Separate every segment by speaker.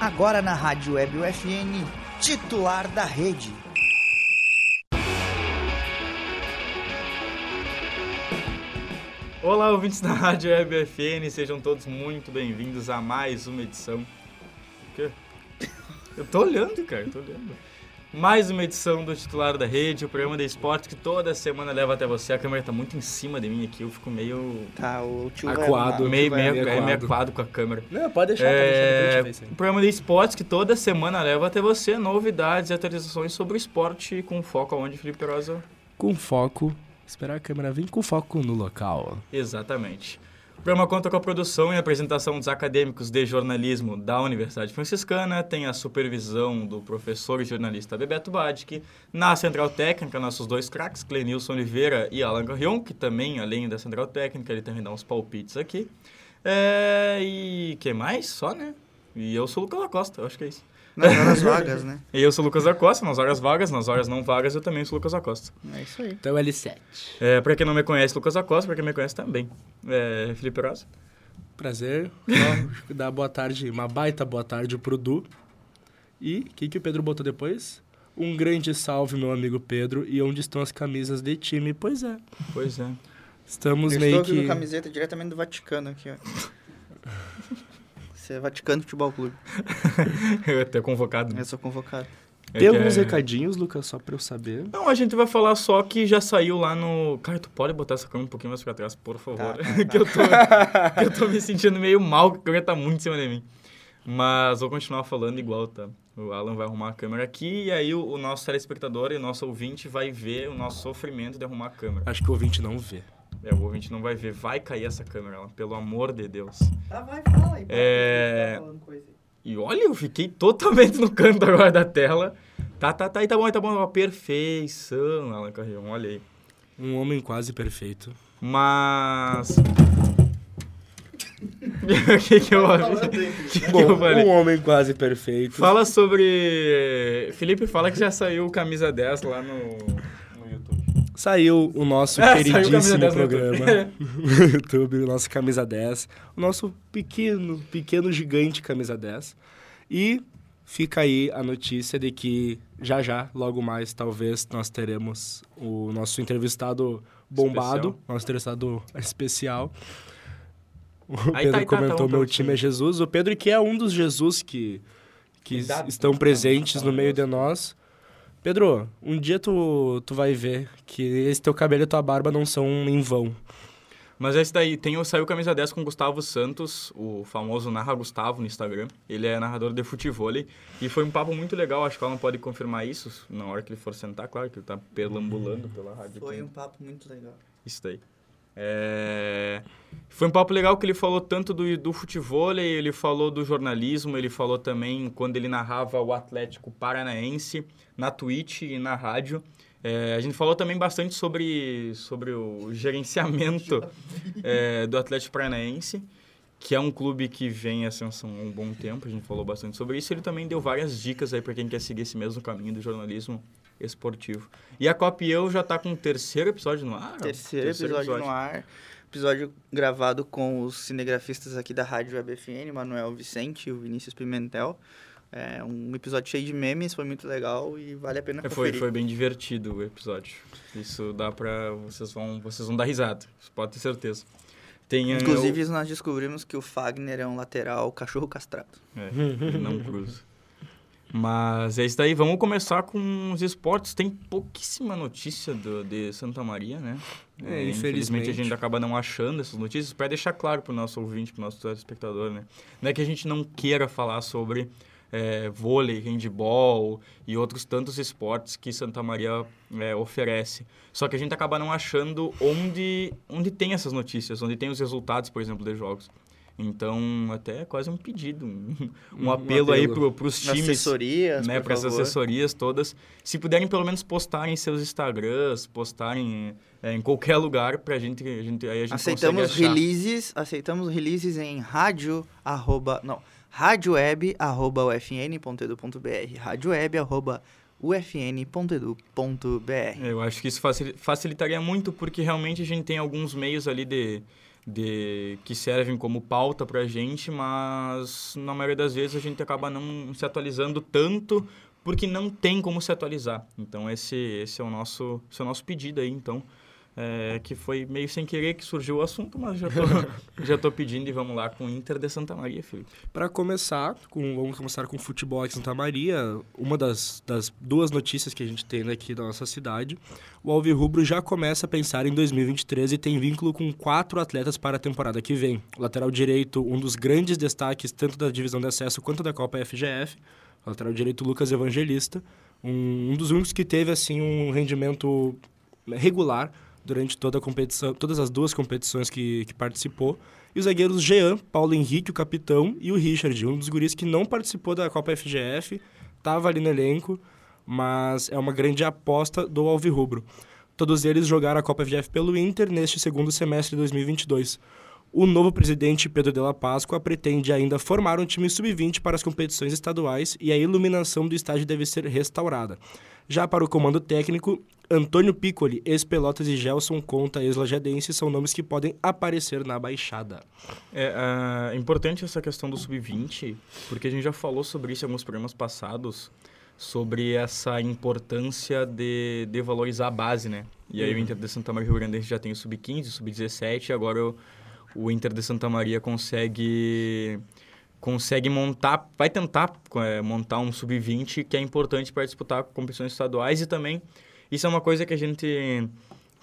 Speaker 1: agora na Rádio Web UFN, titular da rede.
Speaker 2: Olá, ouvintes da Rádio Web FN, sejam todos muito bem-vindos a mais uma edição. O quê? Eu tô olhando, cara, eu tô olhando. Mais uma edição do Titular da Rede, o programa de esporte que toda semana leva até você. A câmera tá muito em cima de mim aqui, eu fico meio.
Speaker 1: Tá, o tio
Speaker 3: Acuado.
Speaker 1: vai-
Speaker 2: meio, meio, é,
Speaker 3: meio
Speaker 2: meio,
Speaker 3: acuado.
Speaker 2: acuado com a câmera.
Speaker 3: Não, pode deixar,
Speaker 2: É,
Speaker 3: pode deixar, deixa eu ver isso aí.
Speaker 2: um programa de esportes que toda semana leva até você novidades e atualizações sobre o esporte com foco aonde, Felipe Rosa?
Speaker 3: Com foco, esperar a câmera vir com foco no local.
Speaker 2: Exatamente. O programa conta com a produção e apresentação dos acadêmicos de jornalismo da Universidade Franciscana, tem a supervisão do professor e jornalista Bebeto Badic, na Central Técnica, nossos dois craques, Clenilson Oliveira e Alan Garrion, que também, além da Central Técnica, ele também dá uns palpites aqui. É, e que mais? Só, né? E eu sou o Lucas Costa, eu acho que é isso.
Speaker 1: Nas horas vagas, né?
Speaker 2: E eu sou o Lucas Acosta, nas horas vagas, nas horas não vagas, eu também sou o Lucas Acosta.
Speaker 1: É isso aí.
Speaker 3: Então L7.
Speaker 2: É, pra quem não me conhece, Lucas Acosta, pra quem me conhece também. É, Felipe Rosa.
Speaker 3: Prazer. Ó, Dar boa tarde, uma baita boa tarde pro Du. E o que, que o Pedro botou depois? Um grande salve, meu amigo Pedro. E onde estão as camisas de time? Pois é.
Speaker 2: Pois é.
Speaker 3: Estamos
Speaker 1: Eu
Speaker 3: meio
Speaker 1: estou
Speaker 3: que.
Speaker 1: com camiseta diretamente do Vaticano aqui, ó. Isso é Vaticano Futebol Clube.
Speaker 2: Eu até convocado.
Speaker 1: Eu sou convocado.
Speaker 2: É que
Speaker 3: Tem alguns
Speaker 2: é-
Speaker 3: recadinhos, Lucas, só pra eu saber.
Speaker 2: Não, a gente vai falar só que já saiu lá no. Cara, tu pode botar essa câmera um pouquinho mais pra trás, por favor.
Speaker 1: Tá, tá,
Speaker 2: que eu tô, que eu tô me sentindo meio mal, que a câmera tá muito em cima de mim. Mas vou continuar falando igual, tá? O Alan vai arrumar a câmera aqui e aí o, o nosso telespectador e o nosso ouvinte vai ver o nosso sofrimento de arrumar a câmera.
Speaker 3: Acho que o ouvinte não vê.
Speaker 2: É, o ouvinte não vai ver. Vai cair essa câmera, Alan, pelo amor de Deus.
Speaker 1: Tá, vai, fala aí.
Speaker 2: É. tá E olha, eu fiquei totalmente no canto agora da tela. Tá, tá, tá, aí tá bom, aí tá bom. Uma perfeição, Alan Carrion, olha aí.
Speaker 3: Um homem quase perfeito.
Speaker 2: Mas... O que que eu... O que que eu falei?
Speaker 3: um homem quase perfeito.
Speaker 2: Fala sobre... eh, Felipe fala que já saiu o Camisa 10 lá no... no YouTube.
Speaker 3: Saiu o nosso
Speaker 2: É, saiu o Camisa
Speaker 3: queridíssimo
Speaker 2: 10 no
Speaker 3: programa no YouTube, o nosso camisa 10, o nosso pequeno, pequeno gigante camisa 10. E fica aí a notícia de que já já, logo mais, talvez nós teremos o nosso entrevistado bombado,
Speaker 2: Especial.
Speaker 3: nosso entrevistado especial. O
Speaker 2: Aí
Speaker 3: Pedro
Speaker 2: tá, aí tá, tá,
Speaker 3: comentou:
Speaker 2: vamos pra
Speaker 3: meu
Speaker 2: você."
Speaker 3: time é Jesus. O Pedro, que é um dos Jesus que, que
Speaker 2: Que dá-
Speaker 3: estão presentes
Speaker 2: dá-
Speaker 3: no meio de nós. Pedro, um dia tu, tu vai ver que esse teu cabelo e tua barba não são em vão.
Speaker 2: Mas é esse daí, tem o Saiu Camisa 10 com o Gustavo Santos, o famoso Narra Gustavo no Instagram. Ele é narrador de futevôlei e foi um papo muito legal, acho que ela não pode confirmar isso na hora que ele for sentar, claro que ele tá perambulando pela rádio.
Speaker 1: Foi
Speaker 2: aqui.
Speaker 1: um papo muito legal.
Speaker 2: Isso daí. É, Foi um papo legal que ele falou tanto do, do futevôlei, ele falou do jornalismo, ele falou também quando ele narrava o Atlético Paranaense na Twitch e na rádio. É, a gente falou também bastante sobre, sobre o gerenciamento é, do Atlético Paranaense, que é um clube que vem em ascensão há um bom tempo, a gente falou bastante sobre isso. Ele também deu várias dicas aí para quem quer seguir esse mesmo caminho do jornalismo esportivo. E a Copa e Eu já tá com o terceiro episódio no ar?
Speaker 1: Terceiro, episódio, no ar. Episódio gravado com os cinegrafistas aqui da Rádio WebFN, Manuel Vicente e o Vinícius Pimentel. É um episódio cheio de memes, foi muito legal e vale a pena
Speaker 2: É, Foi,
Speaker 1: conferir.
Speaker 2: foi bem divertido o episódio. Isso dá pra... Vocês vão, vocês vão dar risada. Isso pode ter certeza. Tem, eh,
Speaker 1: Inclusive, nós descobrimos que o Fagner é um lateral cachorro castrado.
Speaker 2: o- é, ele não cruza. Mas é isso daí. Vamos começar com os esportes. Tem pouquíssima notícia do- de Santa Maria, né?
Speaker 3: É,
Speaker 2: a
Speaker 3: infelizmente.
Speaker 2: gente acaba não achando essas notícias. Pra deixar claro pro nosso ouvinte, pro nosso telespectador, né? Não é que a gente não queira falar sobre é, vôlei, handball e outros tantos esportes que Santa Maria é, oferece. Só que a gente acaba não achando onde, onde tem essas notícias, onde tem os resultados, por exemplo, dos jogos. Então, até é quase um pedido, um, um
Speaker 3: Um
Speaker 2: apelo, aí
Speaker 3: apelo.
Speaker 2: para os
Speaker 1: Nas
Speaker 2: times,
Speaker 1: assessorias,
Speaker 2: né,
Speaker 1: por
Speaker 2: para essas
Speaker 1: favor.
Speaker 2: assessorias todas, se puderem pelo menos postarem em seus Instagrams, postarem é, em qualquer lugar para a gente, a gente, aí a gente
Speaker 1: Aceitamos
Speaker 2: consegue achar.
Speaker 1: releases, aceitamos releases em rádio, arroba, não, radioweb, arroba ufn.edu.br, radioweb, arroba ufn.edu.br.
Speaker 2: Eu acho que isso facil- facilitaria muito, porque realmente a gente tem alguns meios ali de, de que servem como pauta para a gente, mas na maioria das vezes a gente acaba não se atualizando tanto porque não tem como se atualizar. Então esse, esse é o nosso esse é o nosso pedido aí, então. É, que foi meio sem querer que surgiu o assunto, mas já tô, já tô pedindo e vamos lá com o Inter de Santa Maria, Felipe.
Speaker 3: Para começar, com, vamos começar com o futebol aqui em Santa Maria. Uma das, das duas notícias que a gente tem aqui da nossa cidade, o Alvirrubro já começa a pensar em 2023 e tem vínculo com quatro atletas para a temporada que vem. O lateral direito, um dos grandes destaques tanto da divisão de acesso quanto da Copa FGF, o lateral direito Lucas Evangelista, um, um dos únicos que teve assim um rendimento regular durante toda a competição, todas as duas competições que, que participou. E os zagueiros Jean, Paulo Henrique, o capitão, e o Richard, um dos guris que não participou da Copa FGF, estava ali no elenco, mas é uma grande aposta do Alvirrubro. Todos eles jogaram a Copa FGF pelo Inter neste segundo semestre de 2022. O novo presidente Pedro Della Páscoa pretende ainda formar um time sub-20 para as competições estaduais e a iluminação do estádio deve ser restaurada. Já para o comando técnico, Antônio Piccoli, ex-Pelotas e Gelson Conta, ex-Lajadense, são nomes que podem aparecer na baixada.
Speaker 2: É ah, importante essa questão do sub-20, porque a gente já falou sobre isso em alguns programas passados, sobre essa importância de, de valorizar a base, né? E aí o Inter de Santa Maria Rio Grande já tem o sub-15, sub-17, agora eu o Inter de Santa Maria consegue consegue montar, vai tentar é, montar um sub-20 que é importante para disputar competições estaduais e também isso é uma coisa que a gente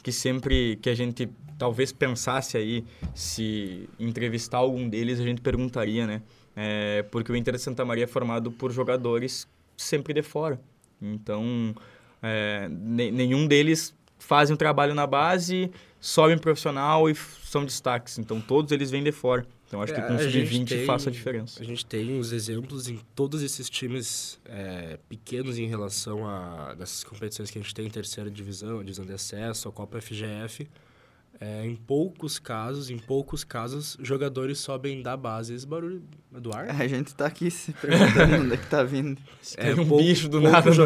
Speaker 2: que sempre que a gente talvez pensasse aí se entrevistar algum deles a gente perguntaria, né? É, porque o Inter de Santa Maria é formado por jogadores sempre de fora, então é, nenhum deles fazem o um trabalho na base sobem profissional e são destaques. Então todos eles vêm de fora. Então acho que com o sub-20 faça a diferença.
Speaker 3: A gente tem os exemplos em todos esses times é, pequenos em relação a dessas competições que a gente tem, terceira divisão, divisão de acesso, a Copa FGF. É, em poucos casos, em poucos casos, jogadores sobem da base. Esse barulho é do ar?
Speaker 1: É, a gente tá aqui se perguntando onde é que tá vindo.
Speaker 2: É, um pouco, bicho do nada.
Speaker 3: Jo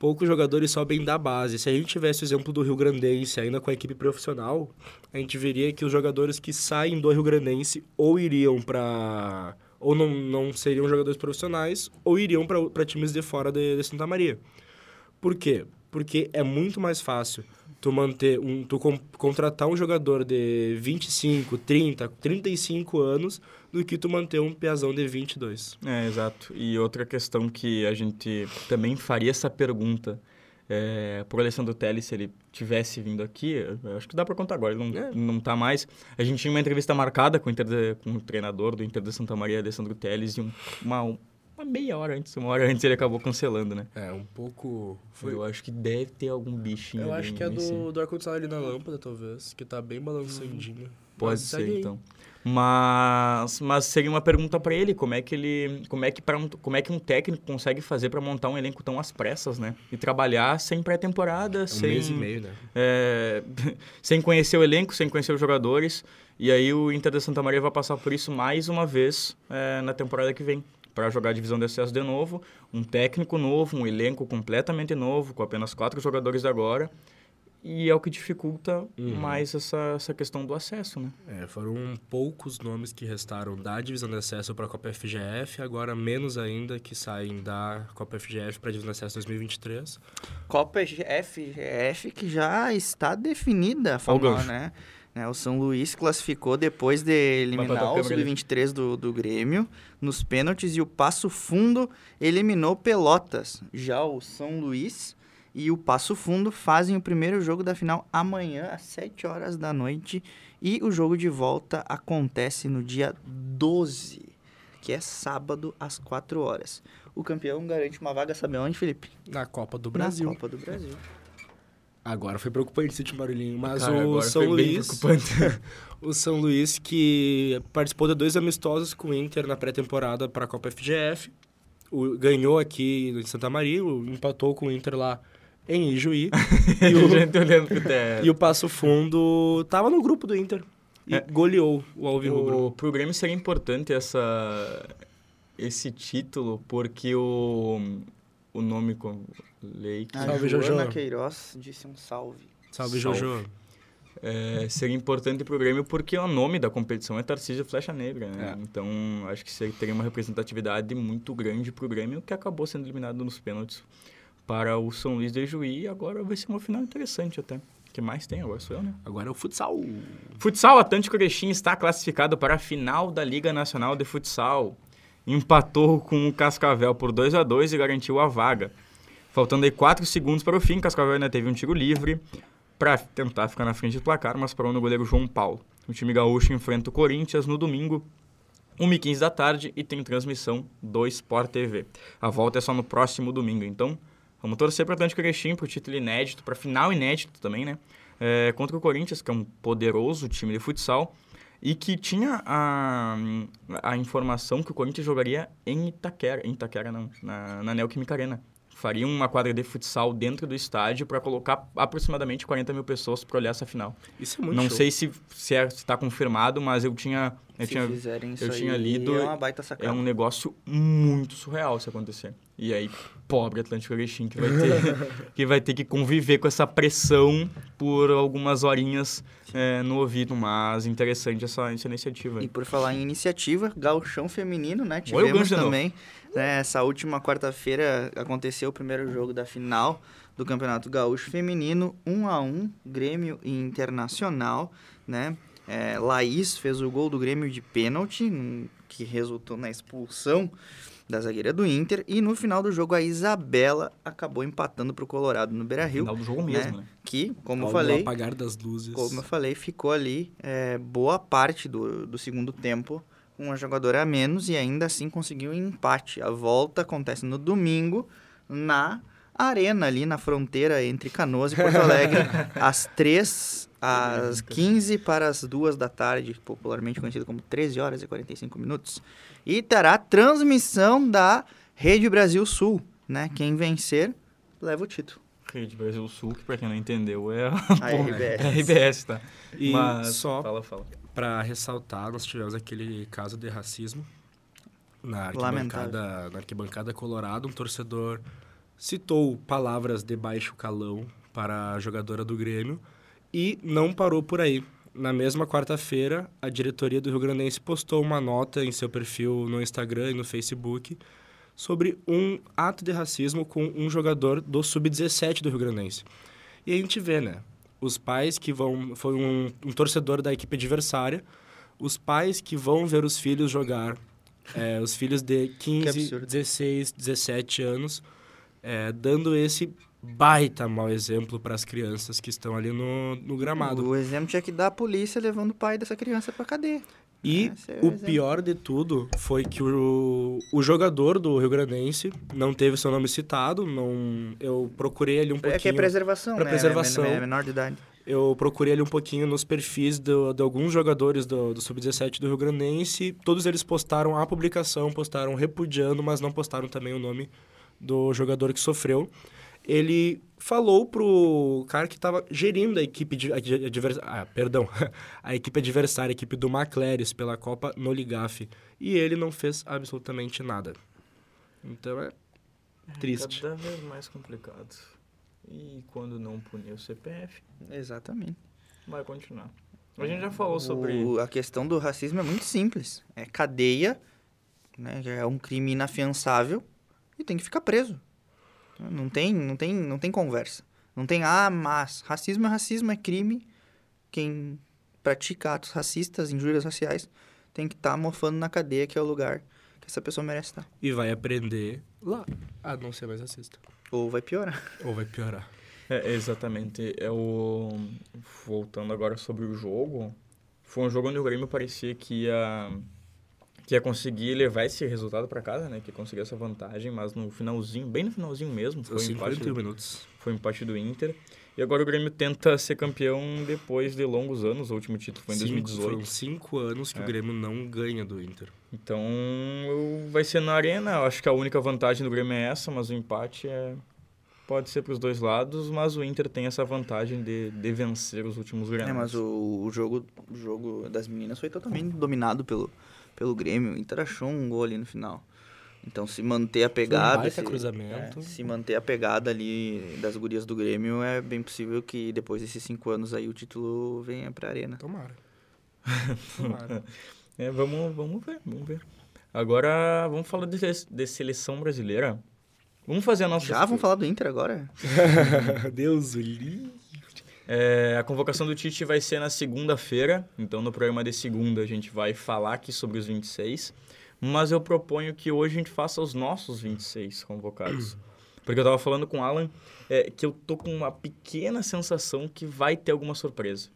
Speaker 3: poucos jogadores sobem da base. Se a gente tivesse o exemplo do Rio Grandense ainda com a equipe profissional, a gente veria que os jogadores que saem do Rio Grandense ou iriam para ou não, não seriam jogadores profissionais ou iriam para times de fora de, de, Santa Maria. Por quê? Porque é muito mais fácil tu manter um tu com, contratar um jogador de 25, 30, 35 anos do que tu manter um piazão de 22.
Speaker 2: É, exato. E outra questão que a gente também faria essa pergunta é, pro Alessandro Telli, se ele tivesse vindo aqui, acho que dá para contar agora, ele não, é. não tá mais. A gente tinha uma entrevista marcada com o, de, com o treinador do Inter de Santa Maria, Alessandro Teles, e um, uma, uma meia hora antes, uma hora antes ele acabou cancelando, né?
Speaker 3: É, um pouco...
Speaker 2: Foi... Eu acho que deve ter algum bichinho
Speaker 3: Eu acho que é do, do ar-condicionado ali na lâmpada, talvez, que tá bem balançandinho. Hum.
Speaker 2: Pode ser, aí. então. Mas, mas seria uma pergunta para ele, como é que ele, como é que para um, como é que um técnico consegue fazer para montar um elenco tão às pressas, né? E trabalhar sem pré-temporada, é um sem
Speaker 3: mês e meio, né?
Speaker 2: É, sem conhecer o elenco, sem conhecer os jogadores. E aí o Inter de Santa Maria vai passar por isso mais uma vez é, na temporada que vem para jogar a divisão de acesso de novo, um técnico novo, um elenco completamente novo, com apenas quatro jogadores agora e é o que dificulta uhum. mais essa, essa questão do acesso, né?
Speaker 3: É, foram poucos nomes que restaram da divisão de acesso para a Copa FGF, agora menos ainda que saem da Copa FGF para a divisão de acesso 2023.
Speaker 1: Copa FGF que já está definida, Falcão, né? né? O São Luís classificou depois de eliminar o Sub-23 do, do Grêmio nos pênaltis e o Passo Fundo eliminou Pelotas. Já o São Luís e o Passo Fundo fazem o primeiro jogo da final amanhã às 7 horas da noite e o jogo de volta acontece no dia 12, que é sábado às 4 horas. O campeão garante uma vaga, sabe onde, Felipe?
Speaker 3: Na Copa do Brasil.
Speaker 1: Na Copa do Brasil.
Speaker 3: Agora foi preocupante esse barulhinho, mas Cara, o São Luís, o São Luís que participou de dois amistosos com o Inter na pré-temporada para a Copa FGF, o, ganhou aqui em Santa Maria, o, empatou com o Inter lá em Ijuí.
Speaker 2: e, o, gente olhando pro
Speaker 3: e o Passo Fundo tava no grupo do Inter. E é. goleou o Alvirrubro.
Speaker 2: Pro Grêmio seria importante essa, esse título, porque o, o nome... Como,
Speaker 1: Ah, Lei, que... Salve, Jojo. Queiroz disse um salve.
Speaker 3: Salve, salve. Jojo.
Speaker 2: é, seria importante para o Grêmio porque o nome da competição é Tarcísio Flecha Negra, né?
Speaker 3: É.
Speaker 2: Então, acho que seria, teria uma representatividade muito grande para o Grêmio, que acabou sendo eliminado nos pênaltis para o São Luís de Juí. E agora vai ser uma final interessante até. O que mais tem agora sou eu, né?
Speaker 3: Agora é o futsal.
Speaker 2: Futsal Atlântico Erechim está classificado para a final da Liga Nacional de Futsal. Empatou com o Cascavel por 2 a 2 e garantiu a vaga. Faltando aí 4 segundos para o fim, Cascavel ainda teve um tiro livre para tentar ficar na frente do placar, mas parou no goleiro João Paulo. O time gaúcho enfrenta o Corinthians no domingo, 1h15 da tarde, e tem transmissão do Sport TV. A volta é só no próximo domingo, então vamos torcer para o Atlântico Erechim, para o título inédito, para final inédito também, né? É, contra o Corinthians, que é um poderoso time de futsal, e que tinha a, a informação que o Corinthians jogaria em Itaquera, em Itaquera não, na, na Neoquímica Arena. Faria uma quadra de futsal dentro do estádio para colocar aproximadamente 40 mil pessoas para olhar essa final.
Speaker 3: Isso é muito
Speaker 2: não
Speaker 3: show.
Speaker 2: sei se se é- se tá confirmado, mas eu tinha eu
Speaker 1: Se
Speaker 2: tinha
Speaker 1: fizerem isso
Speaker 2: eu
Speaker 1: aí,
Speaker 2: tinha lido-
Speaker 1: É uma baita sacada.
Speaker 2: é um negócio muito surreal se acontecer. E aí, pobre Atlântico Erechim que vai ter que vai ter que conviver com essa pressão por algumas horinhas eh, no ouvido, mas interessante essa, essa iniciativa.
Speaker 1: E por falar em iniciativa, gauchão feminino, né?
Speaker 2: Olha o
Speaker 1: Tivemos
Speaker 2: gancho de novo.
Speaker 1: também. né, essa última quarta-feira aconteceu o primeiro jogo da final do Campeonato Gaúcho Feminino, 1 a 1 Grêmio e Internacional, né? É, Laís fez o gol do Grêmio de pênalti, num- que resultou na expulsão da zagueira do Inter. E no final do jogo, a Isabela acabou empatando para o Colorado no Beira-Rio,
Speaker 2: Final do jogo mesmo, né?
Speaker 1: que, como eu
Speaker 3: Ao
Speaker 1: falei,
Speaker 3: apagar das luzes.
Speaker 1: como eu falei, ficou ali é, boa parte do, do segundo tempo com uma jogadora a menos e ainda assim conseguiu um empate. A volta acontece no domingo na arena ali na fronteira entre Canoas e Porto Alegre, às 3 às 15 para as 2 da tarde, popularmente conhecido como 13 horas e 45 minutos. E terá transmissão da Rede Brasil Sul, né? Quem vencer leva o título.
Speaker 2: Rede Brasil Sul, que pra quem não entendeu é a,
Speaker 1: A
Speaker 2: porra,
Speaker 1: RBS.
Speaker 2: é a RBS, tá?
Speaker 3: E
Speaker 2: mas tá
Speaker 3: só
Speaker 2: fala, fala.
Speaker 3: Pra ressaltar, nós tivemos aquele caso de racismo na
Speaker 1: Lamentável.
Speaker 3: arquibancada, na arquibancada colorada. Um torcedor citou palavras de baixo calão para a jogadora do Grêmio e não parou por aí. Na mesma quarta-feira, a diretoria do Rio Grandense postou uma nota em seu perfil no Instagram e no Facebook sobre um ato de racismo com um jogador do Sub-17 do Rio Grandense. E a gente vê, né? Os pais que vão. Foi um, um torcedor da equipe adversária. Os pais que vão ver os filhos jogar. é, os filhos de
Speaker 1: Que
Speaker 3: 15,
Speaker 1: absurdo.
Speaker 3: 16, 17 anos. é, dando esse baita mau exemplo para as crianças que estão ali no, no gramado.
Speaker 1: O exemplo tinha que dar a polícia levando o pai dessa criança pra cadeia.
Speaker 3: E
Speaker 1: Esse é o
Speaker 3: o
Speaker 1: exemplo.
Speaker 3: pior de tudo foi que o, o jogador do Rio Grandense não teve seu nome citado. Não, eu procurei ali um pouquinho.
Speaker 1: É que é preservação,
Speaker 3: pra
Speaker 1: né?
Speaker 3: preservação.
Speaker 1: É menor de idade.
Speaker 3: Eu procurei ali um pouquinho nos perfis do- de alguns jogadores do, do Sub-17 do Rio Grandense. Todos eles postaram a publicação, postaram repudiando, mas não postaram também o nome do jogador que sofreu. Ele falou pro cara que estava gerindo a equipe de, adversária, ah, perdão, a equipe adversária, a equipe do Macleres pela Copa no Ligaf, e ele não fez absolutamente nada. Então é triste.
Speaker 2: Cada vez mais complicado. E quando não punir o CPF,
Speaker 1: Exatamente.
Speaker 2: vai continuar. A gente já
Speaker 3: é
Speaker 2: falou sobre
Speaker 1: O- a questão do racismo é muito simples. É cadeia, né? Já é um crime inafiançável e tem que ficar preso. Não tem, não tem, não tem conversa. Não tem, ah, mas racismo é racismo, é crime. Quem pratica atos racistas, injúrias raciais, tem que estar mofando na cadeia, que é o lugar que essa pessoa merece tá. estar.
Speaker 3: E vai aprender lá a não ser mais racista.
Speaker 1: Ou vai piorar.
Speaker 3: Ou vai piorar.
Speaker 2: É, exatamente. É o... Voltando agora sobre o jogo, foi um jogo onde o Grêmio parecia que ia, que ia conseguir levar esse resultado para casa, né? Que conseguiu essa vantagem, mas no finalzinho, bem no finalzinho mesmo, foi
Speaker 3: Foi assim, né?
Speaker 2: um empate,
Speaker 3: 51 minutos.
Speaker 2: foi um empate do Inter. E agora o Grêmio tenta ser campeão depois de longos anos, o último título foi em
Speaker 3: Cinco-
Speaker 2: 2018.
Speaker 3: Foram cinco anos que
Speaker 2: É.
Speaker 3: o Grêmio não ganha do Inter.
Speaker 2: Então eu- vai ser na arena. Eu acho que a única vantagem do Grêmio é essa, mas o empate é- pode ser para os dois lados. Mas o Inter tem essa vantagem de, de vencer os últimos
Speaker 1: É,
Speaker 2: Grêmios.
Speaker 1: mas o, o jogo, o jogo das meninas foi totalmente dominado pelo, pelo Grêmio. O Inter achou um gol ali no final. Então, se manter a
Speaker 4: Um
Speaker 1: pegada.
Speaker 4: baita
Speaker 1: se- é,
Speaker 4: cruzamento.
Speaker 1: Se manter a pegada ali das gurias do Grêmio, é bem possível que depois desses cinco anos aí o título venha pra arena.
Speaker 3: Tomara. Tomara.
Speaker 2: É, vamos, vamos ver, vamos ver. Agora, vamos falar de, de seleção brasileira. Vamos fazer a nossa...
Speaker 1: Já vamos falar do Inter agora?
Speaker 3: Deus, o livre.
Speaker 2: É, a convocação do Tite vai ser na segunda-feira, então no programa de segunda a gente vai falar aqui sobre os 26, mas eu proponho que hoje a gente faça os nossos 26 convocados. Porque eu tava falando com o Alan é, que eu tô com uma pequena sensação que vai ter alguma surpresa.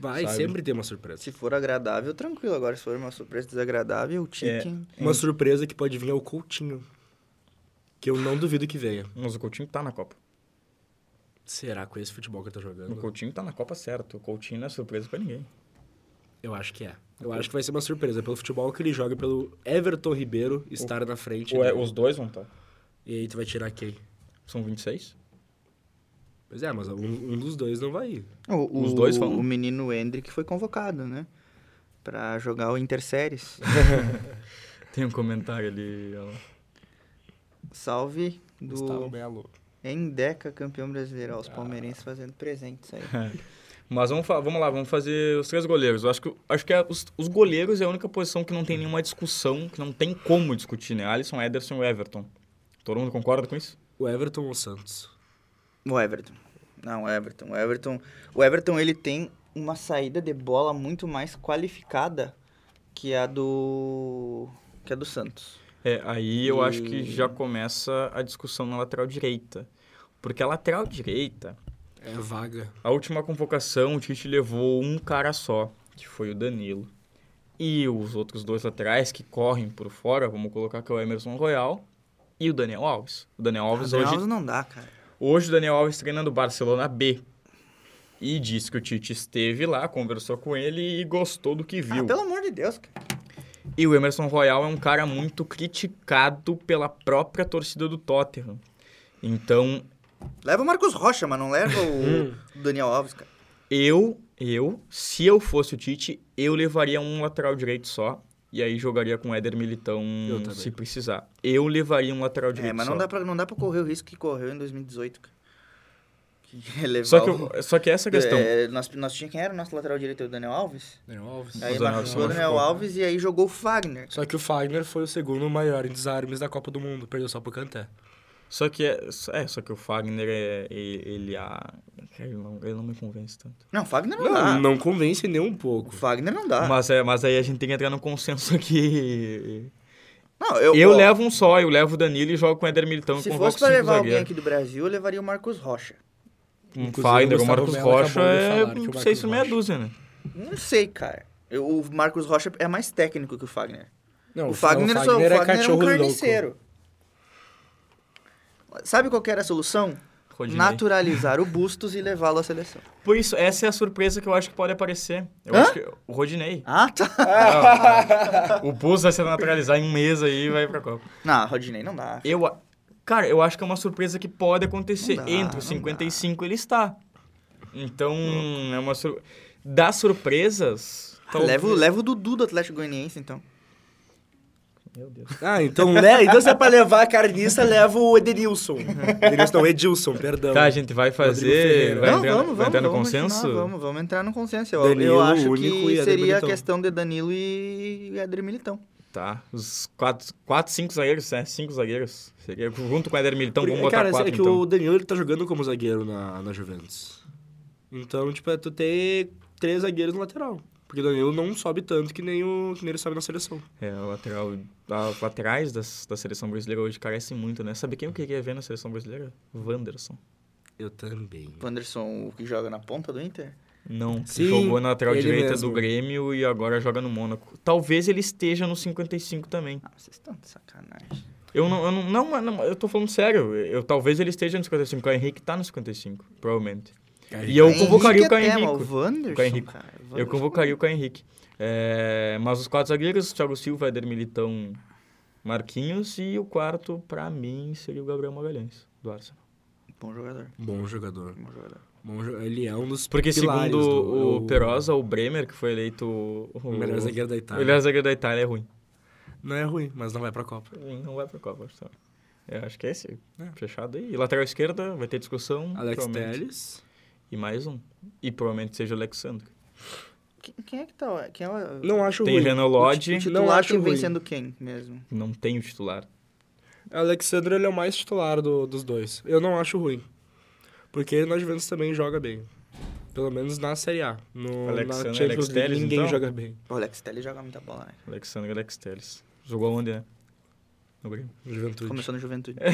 Speaker 3: Vai,
Speaker 2: Sabe?
Speaker 3: sempre tem uma surpresa.
Speaker 1: Se for agradável, tranquilo. Agora, se for uma surpresa desagradável, o Chicken.
Speaker 2: É.
Speaker 3: Uma surpresa que pode vir é o Coutinho. Que eu não duvido que venha.
Speaker 2: Mas o Coutinho tá na Copa.
Speaker 3: Será com esse futebol que eu tô
Speaker 2: O
Speaker 3: jogando?
Speaker 2: Coutinho tá na Copa certo. O Coutinho não é surpresa pra ninguém.
Speaker 3: Eu acho que é. Eu acho que vai ser uma surpresa. Pelo futebol que ele joga, pelo Everton Ribeiro estar na frente.
Speaker 2: Ou é,
Speaker 3: dele.
Speaker 2: os dois vão estar.
Speaker 3: E aí tu vai tirar quem?
Speaker 2: São 26?
Speaker 3: Pois é, mas um, um dos dois não vai ir.
Speaker 1: O,
Speaker 2: Os
Speaker 1: o-
Speaker 2: dois foram?
Speaker 1: O menino Hendrick foi convocado, né? Pra jogar o Interséries.
Speaker 2: Tem um comentário ali, Alan.
Speaker 1: Salve do
Speaker 3: Melo.
Speaker 1: É Endeca, campeão brasileiro. Ó, Os palmeirenses fazendo presentes aí.
Speaker 2: Mas vamos, fa- vamos lá, vamos fazer os três goleiros. Eu acho que, acho que a- os, os goleiros é a única posição que não tem nenhuma discussão, que não tem como discutir, né? Alisson, Ederson e Everton. Todo mundo concorda com isso?
Speaker 3: O Everton ou o Santos?
Speaker 1: O Everton. Não, o Everton. O Everton, o Everton ele tem uma saída de bola muito mais qualificada que a do que a do Santos.
Speaker 2: É, aí eu acho que
Speaker 1: E-
Speaker 2: já começa a discussão na lateral direita. Porque a lateral direita,
Speaker 3: É vaga.
Speaker 2: a última convocação, o Tite levou um cara só, que foi o Danilo. E os outros dois laterais que correm por fora, vamos colocar que é o Emerson Royal e o Daniel Alves. O Ah, Daniel
Speaker 1: O
Speaker 2: Alves
Speaker 1: Daniel
Speaker 2: hoje
Speaker 1: Alves não dá, cara.
Speaker 2: Hoje o Daniel Alves treina no Barcelona B. E disse que o Tite esteve lá, conversou com ele e gostou do que viu.
Speaker 1: Ah, pelo amor de Deus, cara.
Speaker 2: E o Emerson Royal é um cara muito criticado pela própria torcida do Tottenham. Então,
Speaker 1: Leva o Marcos Rocha, mas não leva o o Daniel Alves, cara.
Speaker 2: eu, eu, se eu fosse o Tite, eu levaria um lateral direito só. E aí jogaria com o Éder Militão
Speaker 3: Eu também.
Speaker 2: se precisar. Eu levaria um lateral direito
Speaker 1: É, mas
Speaker 2: só.
Speaker 1: não dá, pra, não dá pra correr o risco que correu em 2018, cara. Que é levar
Speaker 2: só, que,
Speaker 1: o-
Speaker 2: eu- só que essa questão.
Speaker 1: É, nós, nós tinha quem era o nosso lateral direito, o Daniel Alves?
Speaker 3: Daniel Alves. é
Speaker 1: Aí
Speaker 2: O
Speaker 1: machucou
Speaker 2: Daniel
Speaker 1: o
Speaker 2: Alves
Speaker 1: Daniel
Speaker 2: machucou.
Speaker 1: Alves e aí jogou o Fagner.
Speaker 3: Só que o Fagner foi o segundo maior em desarmes da Copa do Mundo. Perdeu só pro Kanté.
Speaker 2: Só que é, é, só que o Fagner é ele, ele a ele não, ele não me convence tanto.
Speaker 1: Não, o Fagner não,
Speaker 3: Não,
Speaker 1: dá.
Speaker 3: não convence nem um pouco.
Speaker 1: O Fagner não dá.
Speaker 2: Mas é, mas aí a gente tem que entrar no consenso aqui.
Speaker 1: Não, eu,
Speaker 2: Eu
Speaker 1: ó,
Speaker 2: levo um só, eu levo o Danilo e jogo com o Éder Militão e
Speaker 1: Se
Speaker 2: convoco
Speaker 1: fosse pra
Speaker 2: cinco
Speaker 1: levar alguém
Speaker 2: zagueiros.
Speaker 1: aqui do Brasil, eu levaria o Marcos Rocha.
Speaker 2: Um
Speaker 3: Inclusive,
Speaker 2: Fagner,
Speaker 3: o
Speaker 2: o Marcos
Speaker 3: Gustavo Mello
Speaker 2: Rocha
Speaker 3: acabou de
Speaker 2: é
Speaker 3: falar que o Marcos
Speaker 2: seis por meia
Speaker 3: Rocha-
Speaker 2: dúzia, né?
Speaker 1: Não sei, cara. Eu- o Marcos Rocha é mais técnico que o Fagner.
Speaker 3: Não,
Speaker 1: o Fagner,
Speaker 3: não,
Speaker 1: só- o Fagner, é um
Speaker 3: louco.
Speaker 1: carniceiro. Sabe qual que era a solução?
Speaker 2: Rodinei.
Speaker 1: Naturalizar o Bustos e levá-lo à seleção.
Speaker 2: Por isso, essa é a surpresa que eu acho que pode aparecer. Eu
Speaker 1: Hã?
Speaker 2: acho que o Rodinei.
Speaker 1: Ah, tá.
Speaker 2: O Bus vai se naturalizar em um mês aí e vai pra Copa.
Speaker 1: Não, Rodinei não dá.
Speaker 2: Eu, a- cara, eu acho que é uma surpresa que pode acontecer.
Speaker 1: Não dá,
Speaker 2: Entre os
Speaker 1: não
Speaker 2: 55 ele está. Então, é uma sur... Das surpresas... talvez-
Speaker 1: Leva, o- leva o Dudu do Atlético Goianiense, então.
Speaker 2: Meu Deus.
Speaker 3: Ah, então, né? Então se é pra levar a carniça, leva o Edenilson. Edenilson não, Edilson, perdão.
Speaker 2: Tá, a gente vai fazer...
Speaker 3: Então, Ferreira.
Speaker 2: Vai
Speaker 1: não,
Speaker 2: entrar,
Speaker 1: vamos,
Speaker 2: vai
Speaker 1: vamos,
Speaker 2: entrar no
Speaker 1: vamos
Speaker 2: consenso?
Speaker 1: continuar, Vamos, vamos entrar no consenso. Eu,
Speaker 3: Danilo,
Speaker 1: eu acho
Speaker 3: único e
Speaker 1: que
Speaker 3: Éder
Speaker 1: seria a
Speaker 3: Militão.
Speaker 1: questão de Danilo e Éder Militão.
Speaker 2: Tá. Os 4, quatro 5 zagueiros, né? 5 zagueiros. Seria junto com o Éder Militão, vamos botar
Speaker 3: cara, é
Speaker 2: 4
Speaker 3: que
Speaker 2: então.
Speaker 3: o Danilo ele tá jogando como zagueiro na, na Juventus. Então, tipo, é tu ter três zagueiros no lateral. Porque o Danilo não sobe tanto que nem, o, que nem ele sobe na seleção.
Speaker 2: É, o lateral... As laterais das, da seleção brasileira hoje carecem muito, né? Sabe quem eu queria ver na seleção brasileira? Wanderson.
Speaker 3: Eu também.
Speaker 1: O Anderson, o que joga na ponta do Inter?
Speaker 2: Não,
Speaker 3: Sim,
Speaker 2: jogou na lateral
Speaker 3: ele
Speaker 2: direita
Speaker 3: mesmo.
Speaker 2: do Grêmio e agora joga no Mônaco. Talvez ele esteja no 55 também.
Speaker 1: Ah, vocês estão de sacanagem.
Speaker 2: Eu não, eu não, não, mas não, eu tô falando sério. Eu, talvez ele esteja no 55. O Henrique tá no 55, provavelmente. E eu convocaria o Caio
Speaker 1: até, mas
Speaker 2: Henrique.
Speaker 1: O é Wanderson,
Speaker 2: O Caio Henrique.
Speaker 1: cara. O
Speaker 2: Eu
Speaker 1: Wanderson-
Speaker 2: convocaria o Caio Henrique. É, mas os quatro zagueiros, Thiago Silva, Eder Militão, Marquinhos. E o quarto, pra mim, seria o Gabriel Magalhães, do Arsenal.
Speaker 1: é Bom jogador.
Speaker 3: Bom jogador.
Speaker 1: Bom jogador.
Speaker 3: Bom jo- Ele é um dos
Speaker 2: Porque
Speaker 3: pilares né?
Speaker 2: segundo
Speaker 3: do-
Speaker 2: o Perosa, o Bremer, que foi eleito o,
Speaker 3: o é- melhor zagueiro da
Speaker 2: o
Speaker 3: Itália.
Speaker 2: melhor zagueiro da Itália, é ruim.
Speaker 3: Não é ruim, mas não vai pra Copa.
Speaker 2: Ele não vai pra Copa, acho que tá. É, acho que é esse. Fechado aí. E lateral esquerda vai ter discussão.
Speaker 3: Alex
Speaker 2: provavelmente.
Speaker 3: Telles.
Speaker 2: E mais um. E provavelmente seja o Alexandre.
Speaker 1: Quem, quem é que tá? Quem é o...
Speaker 3: Não acho
Speaker 2: Tem
Speaker 3: ruim.
Speaker 2: Renan
Speaker 1: o
Speaker 2: Lodge,
Speaker 1: titular
Speaker 3: não acho
Speaker 1: que vem
Speaker 3: ruim.
Speaker 1: sendo quem mesmo?
Speaker 2: não tem o titular.
Speaker 3: Alexandre ele é o mais titular do- dos dois. Eu não acho ruim. Porque ele na Juventus também joga bem. Pelo menos na Série A. No, na
Speaker 2: Alexandre,
Speaker 3: Champions
Speaker 2: Alex
Speaker 3: League,
Speaker 2: Telles,
Speaker 3: ninguém
Speaker 2: então?
Speaker 3: joga bem.
Speaker 1: O Alex Telles joga muita bola, né?
Speaker 2: Alexandre Alex Telles. Jogou onde, né? No Grêmio.
Speaker 3: Juventude.
Speaker 1: Começou no Juventude.
Speaker 2: É.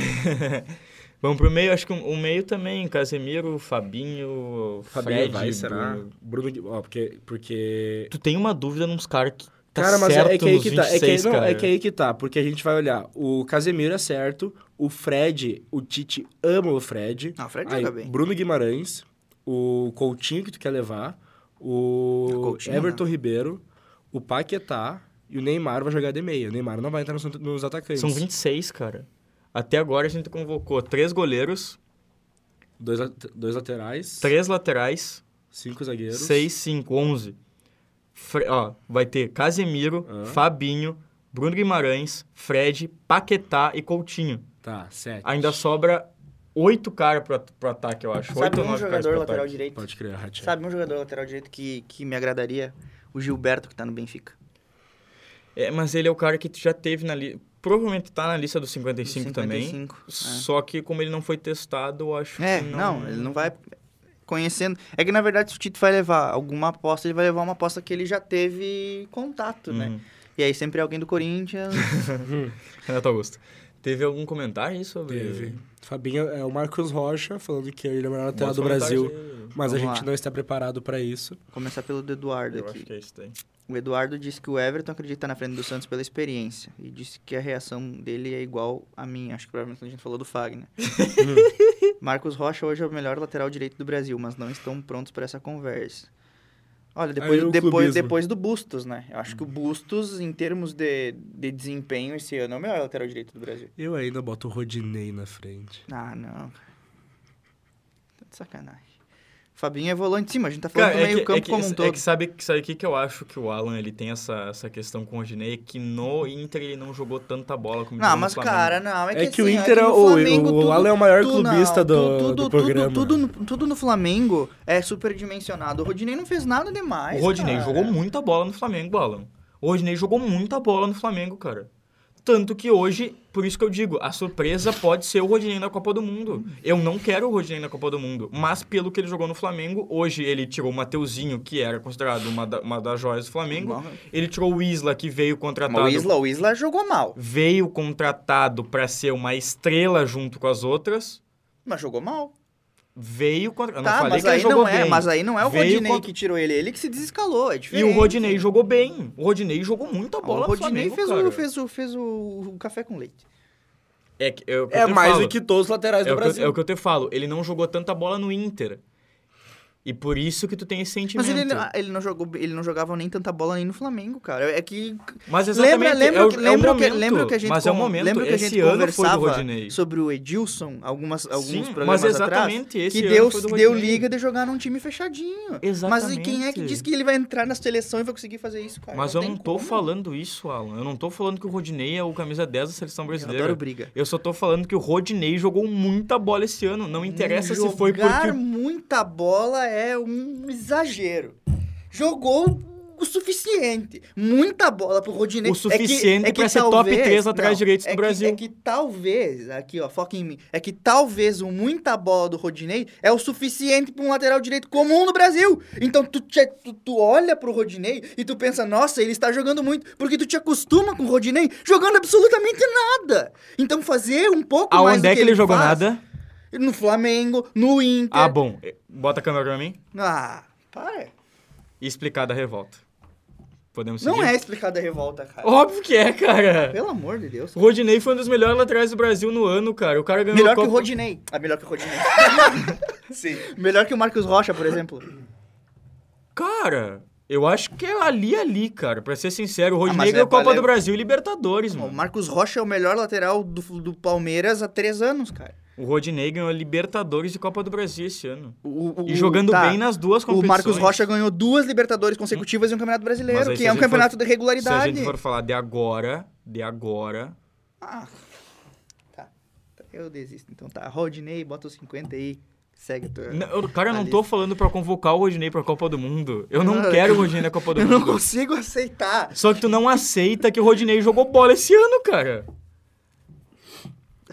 Speaker 2: Vamos pro meio, acho que o meio também, Casemiro, Fabinho,
Speaker 3: Fabinho
Speaker 2: Fred.
Speaker 3: vai, será?
Speaker 2: Bruno.
Speaker 3: Bruno, Gui- ó, porque, porque...
Speaker 2: Tu tem uma dúvida nos caras que tá
Speaker 3: cara, mas
Speaker 2: certo
Speaker 3: é, é que aí
Speaker 2: nos
Speaker 3: que tá. É que, aí-
Speaker 2: 26,
Speaker 3: não,
Speaker 2: cara.
Speaker 3: é que aí que tá. Porque a gente vai olhar. O Casemiro é certo. O Fred, o Tite ama o Fred.
Speaker 1: Não, o Fred
Speaker 3: Aí,
Speaker 1: joga bem.
Speaker 3: Bruno Guimarães, o Coutinho que tu quer levar,
Speaker 1: O
Speaker 3: o
Speaker 1: Coutinho,
Speaker 3: Everton
Speaker 1: né?
Speaker 3: Ribeiro, o Paquetá e o Neymar vai jogar de meia. O Neymar não vai entrar nos, nos atacantes.
Speaker 2: São 26, cara. Até agora a gente convocou três goleiros,
Speaker 3: Dois, la- dois laterais,
Speaker 2: três laterais,
Speaker 3: cinco zagueiros.
Speaker 2: seis, cinco, onze. Fre- ó, vai ter Casemiro,
Speaker 3: Ah.
Speaker 2: Fabinho, Bruno Guimarães, Fred, Paquetá e Coutinho.
Speaker 3: Tá, sete.
Speaker 2: Ainda sobra oito caras pro, at- pro ataque, eu acho.
Speaker 1: Sabe
Speaker 2: oito ou
Speaker 1: um
Speaker 2: nove caras pro
Speaker 1: jogador lateral
Speaker 2: ataque.
Speaker 1: direito?
Speaker 3: Pode criar, Hatia.
Speaker 1: Sabe um jogador lateral direito que, que me agradaria? O Gilberto, que tá no Benfica.
Speaker 2: É, mas ele é o cara que já teve na lista. Provavelmente tá na lista dos 55, também.
Speaker 1: 55, é.
Speaker 2: Só que como ele não foi testado, eu acho
Speaker 1: É,
Speaker 2: que
Speaker 1: não, ele não vai conhecendo. É que na verdade se o Tito vai levar alguma aposta, ele vai levar uma aposta que ele já teve contato, né?
Speaker 2: Uhum.
Speaker 1: E aí sempre é alguém do Corinthians.
Speaker 2: Renato Augusto. Teve algum comentário aí sobre.
Speaker 3: Teve. Fabinho, é o Marcos Rocha falando que ele é o melhor lateral
Speaker 2: Bons
Speaker 3: do Brasil.
Speaker 2: comentários aí.
Speaker 3: Mas a
Speaker 1: Vamos
Speaker 3: gente
Speaker 1: lá.
Speaker 3: não está preparado pra isso.
Speaker 1: Começar pelo do Eduardo
Speaker 2: Eu acho
Speaker 1: aqui.
Speaker 2: que é isso daí.
Speaker 1: O Eduardo disse que o Everton acredita na frente do Santos pela experiência. E disse que a reação dele é igual à minha. Acho que provavelmente a gente falou do Fagner. Marcos Rocha hoje é o melhor lateral direito do Brasil, mas não estão prontos para essa conversa. Olha,
Speaker 3: Aí
Speaker 1: depois,
Speaker 3: o
Speaker 1: depois,
Speaker 3: clubismo.
Speaker 1: depois do Bustos, né? Eu acho que o Bustos, em termos de, de desempenho, esse ano é o melhor lateral direito do Brasil.
Speaker 3: Eu ainda boto o Rodinei na frente.
Speaker 1: Ah, não. cara. Tá de sacanagem. Fabinho é volante, sim, mas a gente tá falando
Speaker 2: Cara,
Speaker 1: do
Speaker 2: é que,
Speaker 1: meio-campo
Speaker 2: é que-
Speaker 1: como um
Speaker 2: é
Speaker 1: todo.
Speaker 2: que sabe, sabe o que, que eu acho que o Alan ele tem essa, essa questão com o Rodinei? É Que no Inter ele não jogou tanta bola como
Speaker 1: Não,
Speaker 2: jogou no
Speaker 1: mas
Speaker 2: Flamengo.
Speaker 1: cara, não. É que,
Speaker 3: É que o
Speaker 1: assim,
Speaker 3: Inter é
Speaker 1: no
Speaker 3: o-
Speaker 1: Flamengo,
Speaker 3: o
Speaker 1: tudo-
Speaker 3: Alan é o maior
Speaker 1: tudo-
Speaker 3: clubista do-
Speaker 1: tu-
Speaker 3: do programa.
Speaker 1: Tudo, no- tudo no Flamengo é superdimensionado. O Rodinei não fez nada demais.
Speaker 2: o Rodinei
Speaker 1: Ah, cara. é.
Speaker 2: jogou muita bola no Flamengo, Alan. O Rodinei jogou muita bola no Flamengo, cara. Tanto que hoje, por isso que eu digo, a surpresa pode ser o Rodinei na Copa do Mundo. Eu não quero o Rodinei na Copa do Mundo, mas pelo que ele jogou no Flamengo, hoje ele tirou o Mateuzinho, que era considerado uma, da- uma das joias do Flamengo.
Speaker 1: Não.
Speaker 2: Ele tirou o Isla, que veio contratado
Speaker 1: Mas o Isla, o Isla jogou mal.
Speaker 2: veio contratado pra ser uma estrela junto com as outras,
Speaker 1: Mas jogou mal.
Speaker 2: veio contra... Eu não
Speaker 1: tá,
Speaker 2: falei
Speaker 1: mas
Speaker 2: que ele
Speaker 1: aí
Speaker 2: jogou
Speaker 1: não é.
Speaker 2: bem.
Speaker 1: Mas aí não é o
Speaker 2: Veio
Speaker 1: Rodinei
Speaker 2: contra-
Speaker 1: que tirou ele. Ele que se desescalou. É
Speaker 2: E
Speaker 1: diferente.
Speaker 2: o Rodinei jogou bem. O Rodinei jogou muita
Speaker 1: Ah,
Speaker 2: bola
Speaker 1: O Rodinei
Speaker 2: no Flamengo,
Speaker 1: fez,
Speaker 2: cara.
Speaker 1: o, fez, o, fez o, o café com leite.
Speaker 2: É, que- o que
Speaker 3: É
Speaker 2: eu te
Speaker 3: mais
Speaker 2: falo.
Speaker 3: do que todos os laterais
Speaker 2: É
Speaker 3: do
Speaker 2: o, que eu,
Speaker 3: Brasil.
Speaker 2: é o que eu te falo. Ele não jogou tanta bola no Inter. E por isso que tu tem esse sentimento.
Speaker 1: Mas ele, ele, não jogou, ele não jogava nem tanta bola nem no Flamengo, cara. É que
Speaker 2: Mas
Speaker 1: Lembra,
Speaker 2: exatamente,
Speaker 1: lembra,
Speaker 2: é o,
Speaker 1: que-
Speaker 2: é o
Speaker 1: lembra, que,
Speaker 2: momento.
Speaker 1: lembra que a gente
Speaker 2: mas é o
Speaker 1: con-
Speaker 2: momento.
Speaker 1: lembra que a
Speaker 2: esse
Speaker 1: gente
Speaker 2: ano foi do
Speaker 1: conversava
Speaker 2: Rodinei.
Speaker 1: sobre o Edilson algumas alguns
Speaker 2: Sim,
Speaker 1: programas
Speaker 2: mas exatamente
Speaker 1: atrás
Speaker 2: esse
Speaker 1: que
Speaker 2: ano
Speaker 1: deu
Speaker 2: foi do
Speaker 1: deu
Speaker 2: Rodinei.
Speaker 1: liga de jogar num time fechadinho. Mas e quem é que
Speaker 2: Exatamente.
Speaker 1: diz que ele vai entrar na seleção e vai conseguir fazer isso, cara?
Speaker 2: Mas eu
Speaker 1: tem
Speaker 2: não tô
Speaker 1: como.
Speaker 2: falando isso, Alan. Eu não tô falando que o Rodinei é o camisa 10 da seleção
Speaker 1: Eu
Speaker 2: brasileira.
Speaker 1: adoro briga.
Speaker 2: Eu só tô falando que o Rodinei jogou muita bola esse ano. Não interessa se foi
Speaker 1: Jogar
Speaker 2: porque.
Speaker 1: muita bola é um exagero. Jogou o suficiente. Muita bola pro Rodinei. É
Speaker 2: O
Speaker 1: que-
Speaker 2: suficiente
Speaker 1: é que
Speaker 2: pra ser top
Speaker 1: talvez-
Speaker 2: três laterais direitos
Speaker 1: é
Speaker 2: do
Speaker 1: que-
Speaker 2: Brasil.
Speaker 1: é que talvez, aqui ó, foca em mim, é que talvez o muita bola do Rodinei é o suficiente pra um lateral direito comum no Brasil. Então tu, te- tu, tu olha pro Rodinei e tu pensa, nossa, ele está jogando muito. Porque tu te acostuma com o Rodinei jogando absolutamente nada. Então fazer um pouco mais
Speaker 2: Aonde
Speaker 1: do
Speaker 2: é que ele jogou
Speaker 1: faz-
Speaker 2: nada?
Speaker 1: no Flamengo, no Inter.
Speaker 2: Ah, bom. Bota a câmera pra mim
Speaker 1: Ah, para.
Speaker 2: e explicar da revolta. Podemos seguir?
Speaker 1: Não é explicada a revolta, cara.
Speaker 2: Óbvio que é, cara.
Speaker 1: Pelo amor de Deus.
Speaker 2: O Rodinei foi um dos melhores laterais do Brasil no ano, cara. O cara ganhou a
Speaker 1: Melhor que
Speaker 2: Copa...
Speaker 1: o Rodinei. Ah, melhor que o Rodinei.
Speaker 3: Sim.
Speaker 1: melhor que o Marcos Rocha, por exemplo.
Speaker 2: Cara, eu acho que é ali, ali, cara. Pra ser sincero, o
Speaker 1: mas
Speaker 2: Rodinei
Speaker 1: é
Speaker 2: ganhou a Copa
Speaker 1: pra
Speaker 2: do
Speaker 1: le-
Speaker 2: Brasil e Libertadores,
Speaker 1: O
Speaker 2: mano.
Speaker 1: Marcos Rocha é o melhor lateral do, do Palmeiras há três anos, cara.
Speaker 2: O Rodinei ganhou a Libertadores e Copa do Brasil esse ano.
Speaker 1: O- o-
Speaker 2: E jogando
Speaker 1: tá,
Speaker 2: bem nas duas
Speaker 1: O
Speaker 2: competições.
Speaker 1: Marcos Rocha ganhou duas Libertadores consecutivas e um Campeonato
Speaker 2: Mas
Speaker 1: Brasileiro,
Speaker 2: aí,
Speaker 1: que
Speaker 2: se
Speaker 1: é
Speaker 2: a
Speaker 1: um
Speaker 2: gente for-
Speaker 1: campeonato de
Speaker 2: Se a
Speaker 1: regularidade.
Speaker 2: gente for falar de agora, de agora.
Speaker 1: Ah, tá. Eu desisto. Então tá, Rodney, bota os 50 aí. Segue a tua...
Speaker 2: N- eu- cara, eu não
Speaker 1: Ali.
Speaker 2: tô falando pra convocar o Rodinei pra Copa do Mundo. Eu não
Speaker 1: Não,
Speaker 2: quero o
Speaker 1: eu-
Speaker 2: Rodinei na Copa do
Speaker 1: Eu não
Speaker 2: Mundo.
Speaker 1: consigo aceitar.
Speaker 2: Só que tu não aceita que o Rodinei jogou bola esse ano, cara.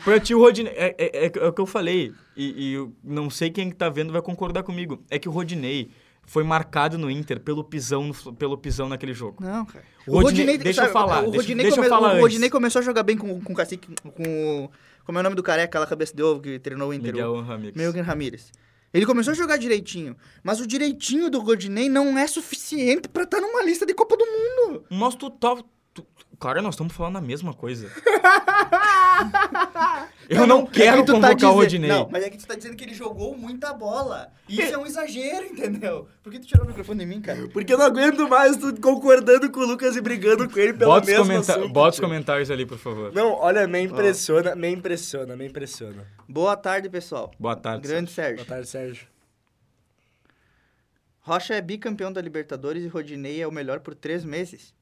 Speaker 2: Pra ti, o Rodinei. É, é- é o que eu falei. E, e eu não sei quem que tá vendo vai concordar comigo. É que o Rodinei foi marcado no Inter pelo pisão, no Flu- pelo pisão naquele jogo.
Speaker 1: Não, cara.
Speaker 2: O Rodinei- deixa eu falar,
Speaker 1: O
Speaker 2: deixa-
Speaker 1: Rodinei,
Speaker 2: deixa eu
Speaker 1: come-
Speaker 2: falar
Speaker 1: o
Speaker 2: antes.
Speaker 1: Rodinei começou a jogar bem com, com o Cacique, com o... Como é o nome do careca lá, cabeça de ovo, que treinou o Inter? o-
Speaker 2: Miguel Ramírez.
Speaker 1: Meio Ramírez. Ele começou a jogar direitinho, mas o direitinho do Rodinei não é suficiente pra estar numa lista de Copa do Mundo.
Speaker 2: Mas tu tá. tu- cara, nós estamos falando a mesma coisa. eu não, quero
Speaker 1: é que tu tá
Speaker 2: convocar o
Speaker 1: dizendo-
Speaker 2: Rodinei.
Speaker 1: Não, mas é que tu tá dizendo que ele jogou muita bola. E isso é um exagero, entendeu? Por que tu tirou o microfone de mim, cara?
Speaker 3: Porque eu não aguento mais tu concordando com o Lucas e brigando com ele pelo
Speaker 2: Bota os,
Speaker 3: mesmo
Speaker 2: comenta-
Speaker 1: assim,
Speaker 3: assunto,
Speaker 2: bota os
Speaker 3: tio.
Speaker 2: comentários ali, por favor.
Speaker 3: Não, olha, me impressiona, me impressiona, me impressiona.
Speaker 1: Boa tarde, pessoal.
Speaker 2: Boa tarde.
Speaker 1: Grande Sérgio.
Speaker 3: Boa tarde, Sérgio.
Speaker 1: Rocha é bicampeão da Libertadores e Rodinei é o melhor por três meses.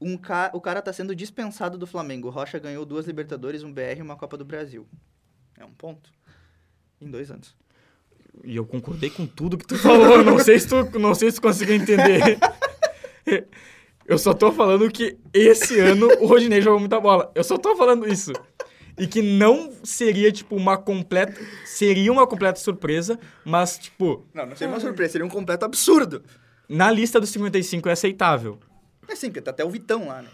Speaker 1: Um ca... O cara tá sendo dispensado do Flamengo. O Rocha ganhou duas Libertadores, um BR e uma Copa do Brasil. É um ponto. Em dois anos.
Speaker 2: E eu concordei com tudo que tu falou. não, sei se tu, não sei se tu conseguiu entender. eu só tô falando que esse ano o Rodinei jogou muita bola. Eu só tô falando isso. E que não seria, tipo, uma completa. Seria uma completa surpresa, mas, tipo,
Speaker 1: Não, não
Speaker 3: Ah.
Speaker 1: seria uma surpresa, seria um completo absurdo.
Speaker 2: na lista dos 55 é aceitável.
Speaker 1: É sim, porque tá até o Vitão lá, né?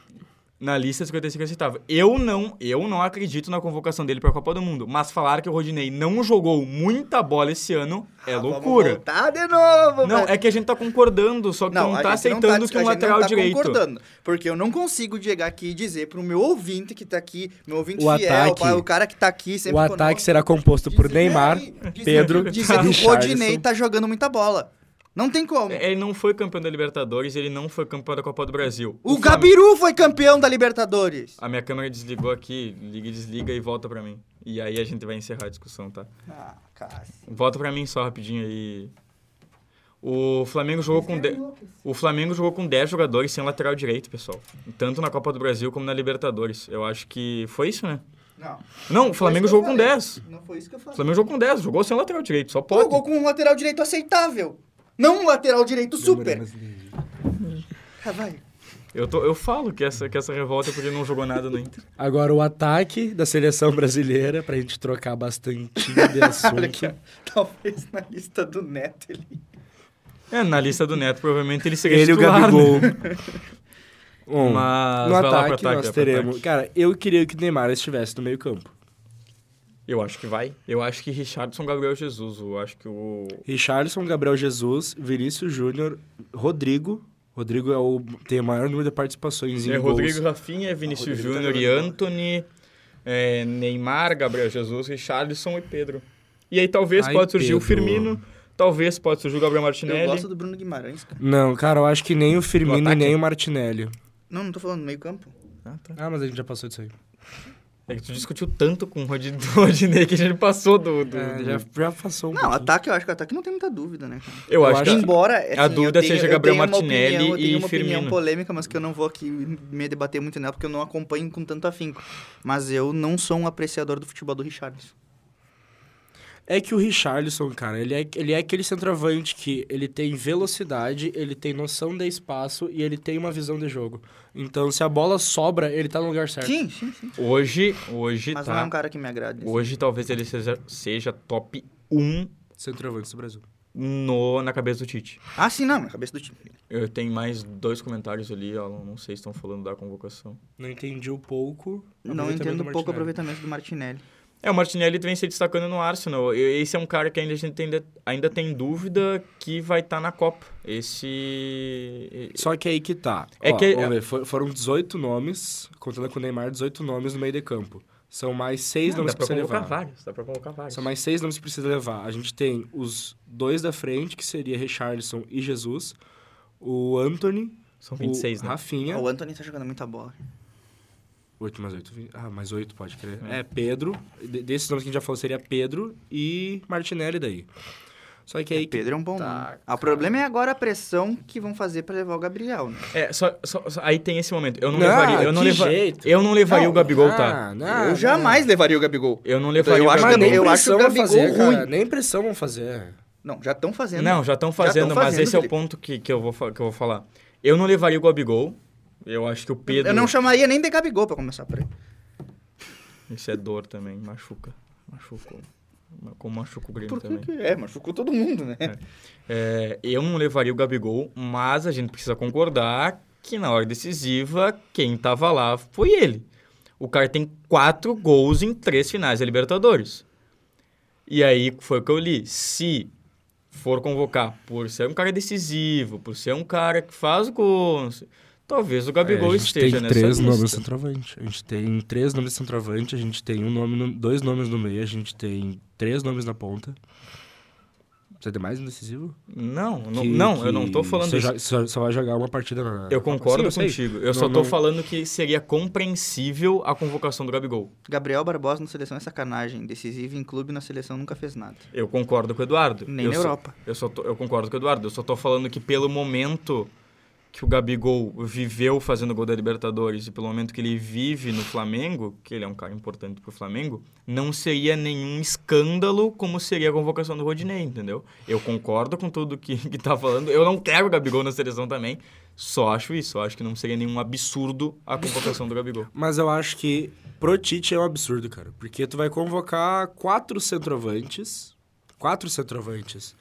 Speaker 2: Na lista 55 é aceitável. Eu não, eu não acredito na convocação dele pra Copa do Mundo. Mas falar que o Rodinei não jogou muita bola esse ano é
Speaker 1: Ah, Vamos
Speaker 2: loucura.
Speaker 1: voltar de novo,
Speaker 2: Não,
Speaker 1: velho.
Speaker 2: é que a gente tá concordando, só que tu não
Speaker 1: a
Speaker 2: tá
Speaker 1: gente
Speaker 2: aceitando
Speaker 1: dis-
Speaker 2: que
Speaker 1: a gente
Speaker 2: um
Speaker 1: não
Speaker 2: lateral
Speaker 1: tá
Speaker 2: direito.
Speaker 1: concordando, porque eu não consigo chegar aqui e dizer pro meu ouvinte que tá aqui, meu ouvinte
Speaker 3: O
Speaker 1: fiel,
Speaker 3: ataque-
Speaker 1: pai, o cara que tá aqui sempre
Speaker 3: o
Speaker 1: conosco,
Speaker 3: ataque será composto por
Speaker 1: dizer-
Speaker 3: Neymar,
Speaker 1: Não, e dizer-
Speaker 3: Pedro,
Speaker 1: Dizer É, que o
Speaker 3: Richarlison.
Speaker 1: Rodinei tá jogando muita bola. Não tem como.
Speaker 2: É, Ele não foi campeão da Libertadores, ele não foi campeão da Copa do Brasil.
Speaker 1: O
Speaker 2: Flamengo-
Speaker 1: Gabiru foi campeão da Libertadores.
Speaker 2: A minha câmera desligou aqui, liga e desliga e volta pra mim. E aí a gente vai encerrar a discussão, tá?
Speaker 1: Ah, Cássio.
Speaker 2: Volta pra mim só rapidinho aí. O Flamengo jogou com de- o Flamengo jogou com 10 jogadores sem lateral direito, pessoal. Tanto na Copa do Brasil como na Libertadores. Eu acho que foi isso, né?
Speaker 1: Não.
Speaker 2: Não, o Flamengo
Speaker 1: foi isso que eu
Speaker 2: jogou com
Speaker 1: falei.
Speaker 2: 10.
Speaker 1: Não foi isso que eu
Speaker 2: O
Speaker 1: falei.
Speaker 2: Flamengo jogou com 10, jogou sem lateral direito, só pode.
Speaker 1: Jogou com um lateral direito aceitável. Não um lateral direito super. Ah, vai.
Speaker 2: Eu, tô, eu falo que essa, que essa revolta é porque não jogou nada no Inter.
Speaker 3: Agora o ataque da seleção brasileira, pra gente trocar bastante de
Speaker 1: Olha aqui, ó.
Speaker 3: assunto.
Speaker 1: Talvez na lista do Neto ele.
Speaker 2: É, na lista do Neto, provavelmente ele seria
Speaker 3: Ele e o
Speaker 2: titular,
Speaker 3: Gabigol.
Speaker 2: Né?
Speaker 3: Bom,
Speaker 2: Mas
Speaker 3: no
Speaker 2: vai lá pro
Speaker 3: ataque
Speaker 2: ataque,
Speaker 3: nós
Speaker 2: vai pro
Speaker 3: teremos...
Speaker 2: ataque.
Speaker 3: Cara, eu queria que o Neymar estivesse no meio campo.
Speaker 2: Eu acho que vai. Eu acho que Richardson, Gabriel Jesus. Eu acho que o...
Speaker 3: Richarlison, Gabriel Jesus, Vinícius Júnior, Rodrigo. Rodrigo é o, tem o maior número de participações em
Speaker 2: É
Speaker 3: gols.
Speaker 2: Rodrigo Rafinha, Vinícius
Speaker 3: Rodrigo tá
Speaker 2: Júnior e
Speaker 3: jogando.
Speaker 2: Anthony, é, Neymar, Gabriel Jesus, Richardson e Pedro. E aí talvez
Speaker 3: Ai,
Speaker 2: pode surgir o
Speaker 3: Pedro.
Speaker 2: Firmino, talvez pode surgir o Gabriel
Speaker 1: Eu
Speaker 2: Martinelli.
Speaker 1: gosto do Bruno Guimarães, cara.
Speaker 3: Não, cara, eu acho que nem o Firmino e
Speaker 2: ataque?
Speaker 3: nem o Martinelli.
Speaker 1: Não, não tô falando meio campo.
Speaker 2: Ah, tá.
Speaker 3: Ah, mas a gente já passou disso aí.
Speaker 2: É que tu discutiu tanto com o Rod- do Rodinei que a gente passou do... do-
Speaker 3: É,
Speaker 2: do-
Speaker 3: já, já passou um
Speaker 1: Não,
Speaker 3: pouquinho.
Speaker 1: ataque, eu acho que o ataque não tem muita dúvida, né, cara?
Speaker 2: Eu
Speaker 3: eu
Speaker 2: acho que...
Speaker 3: acho-
Speaker 1: Embora. assim,
Speaker 2: A
Speaker 1: eu
Speaker 2: dúvida
Speaker 1: tenho-
Speaker 2: seja
Speaker 1: eu
Speaker 2: Gabriel
Speaker 1: tenho uma
Speaker 2: Martinelli
Speaker 1: opinião, eu
Speaker 2: e
Speaker 1: tenho uma opinião
Speaker 2: Firmino.
Speaker 1: polêmica, mas que eu não vou aqui me debater muito nela, porque eu não acompanho com tanto afinco. Mas eu não sou um apreciador do futebol do Richardson.
Speaker 3: É que o Richarlison, cara, ele é, ele é aquele centroavante que ele tem velocidade, ele tem noção de espaço e ele tem uma visão de jogo. Então, se a bola sobra, ele tá no lugar certo.
Speaker 1: Sim, sim, sim.
Speaker 2: Hoje, hoje
Speaker 1: Mas não é
Speaker 2: tá...
Speaker 1: um cara que me agrade. assim.
Speaker 2: Hoje talvez ele seja, seja top 1
Speaker 3: Centroavante do Brasil.
Speaker 2: no, na cabeça do Tite.
Speaker 1: Ah, sim, não, na cabeça do time.
Speaker 2: Eu tenho mais dois comentários ali, ó, não sei se estão falando da convocação.
Speaker 3: Não entendi o pouco.
Speaker 1: Não entendo
Speaker 3: o
Speaker 1: pouco o aproveitamento do Martinelli.
Speaker 2: É, o Martinelli vem se destacando no Arsenal. E- Esse é um cara que ainda a gente tem, ainda tem dúvida que vai estar na Copa. Esse.
Speaker 3: Só que aí que tá.
Speaker 2: É
Speaker 3: Ó,
Speaker 2: que-
Speaker 3: vamos ver, for- foram 18 nomes, contando com o Neymar, 18 nomes no meio de campo. São mais seis
Speaker 2: Não,
Speaker 3: nomes
Speaker 2: Ah, dá pra
Speaker 3: que precisa
Speaker 2: convocar
Speaker 3: levar.
Speaker 2: vários. Dá pra convocar vários.
Speaker 3: São mais seis nomes que precisa levar. A gente tem os dois da frente, que seria Richarlison e Jesus, o Anthony,
Speaker 2: São 26,
Speaker 3: o
Speaker 2: né?
Speaker 3: Rafinha,
Speaker 1: Ah, O Anthony tá jogando muita bola.
Speaker 3: 8 mais 8, ah, mais 8, pode É, crer. É, Pedro, de- desses nomes que a gente já falou seria Pedro e Martinelli daí. Só que aí que
Speaker 1: Pedro é um bom
Speaker 3: tá,
Speaker 1: nome. Ah,
Speaker 3: cara.
Speaker 1: O problema é agora a pressão que vão fazer pra levar o Gabriel, né?
Speaker 2: É, só, só- só- aí tem esse momento. Eu não,
Speaker 3: Não,
Speaker 2: levaria, eu não,
Speaker 3: que
Speaker 2: leva-
Speaker 3: jeito.
Speaker 2: eu não levaria
Speaker 3: Não,
Speaker 2: o Gabigol,
Speaker 3: não,
Speaker 2: tá?
Speaker 3: não,
Speaker 1: eu
Speaker 3: não.
Speaker 1: jamais levaria o Gabigol.
Speaker 2: Eu não levaria
Speaker 1: Eu
Speaker 2: o
Speaker 1: acho
Speaker 2: Gabigol.
Speaker 3: Mas nem
Speaker 1: eu acho
Speaker 3: pressão
Speaker 1: o
Speaker 3: vão
Speaker 1: Gabigol
Speaker 3: fazer, cara.
Speaker 1: ruim.
Speaker 3: Nem pressão vão fazer.
Speaker 1: Não, já estão fazendo.
Speaker 2: Não, já estão fazendo,
Speaker 1: tão
Speaker 2: mas
Speaker 1: fazendo,
Speaker 2: esse é o
Speaker 1: Felipe.
Speaker 2: ponto que, que, eu vou, fa- que eu vou falar. Eu não levaria o Gabigol. Eu acho que o Pedro.
Speaker 1: Eu não chamaria nem de Gabigol pra começar por aí.
Speaker 2: Isso é dor também, machuca. Machucou. Como machuca o Grêmio
Speaker 1: Por
Speaker 2: também.
Speaker 1: que é? Machucou todo mundo, né?
Speaker 2: É, eu não levaria o Gabigol, mas a gente precisa concordar que na hora decisiva, quem tava lá foi ele. O cara tem quatro gols em três finais da Libertadores. E aí foi o que eu li. Se for convocar por ser um cara decisivo, por ser um cara que faz gols, talvez o Gabigol
Speaker 3: É, a gente
Speaker 2: esteja
Speaker 3: tem
Speaker 2: nessa
Speaker 3: três
Speaker 2: lista.
Speaker 3: nomes de centroavante. A gente tem três nomes de centroavante, a gente tem um nome no- dois nomes no meio, a gente tem três nomes na ponta. Precisa de mais um decisivo?
Speaker 2: Não, não,
Speaker 3: Que-
Speaker 2: não
Speaker 3: que
Speaker 2: eu não tô falando
Speaker 3: você
Speaker 2: isso.
Speaker 3: jo- Só, só vai jogar uma partida na.
Speaker 2: Eu
Speaker 3: na- Sim,
Speaker 2: concordo
Speaker 3: eu sei.
Speaker 2: contigo. Eu
Speaker 3: Não-
Speaker 2: só tô
Speaker 3: não-
Speaker 2: falando que seria compreensível a convocação do Gabigol.
Speaker 1: Gabriel Barbosa na seleção é sacanagem. Decisivo em clube na seleção nunca fez nada.
Speaker 2: Eu concordo com o Eduardo.
Speaker 1: Nem
Speaker 2: eu
Speaker 1: na
Speaker 2: só-
Speaker 1: Europa.
Speaker 2: eu, só tô- eu concordo com o Eduardo. Eu só tô falando que pelo momento que o Gabigol viveu fazendo gol da Libertadores e pelo momento que ele vive no Flamengo, que ele é um cara importante pro Flamengo, não seria nenhum escândalo como seria a convocação do Rodinei, entendeu? Eu concordo com tudo que, que tá falando. Eu não quero o Gabigol na seleção também. Só acho isso. Eu acho que não seria nenhum absurdo a convocação do Gabigol.
Speaker 3: Mas eu acho que pro Tite é um absurdo, cara. Porque tu vai convocar quatro centroavantes. Quatro centroavantes.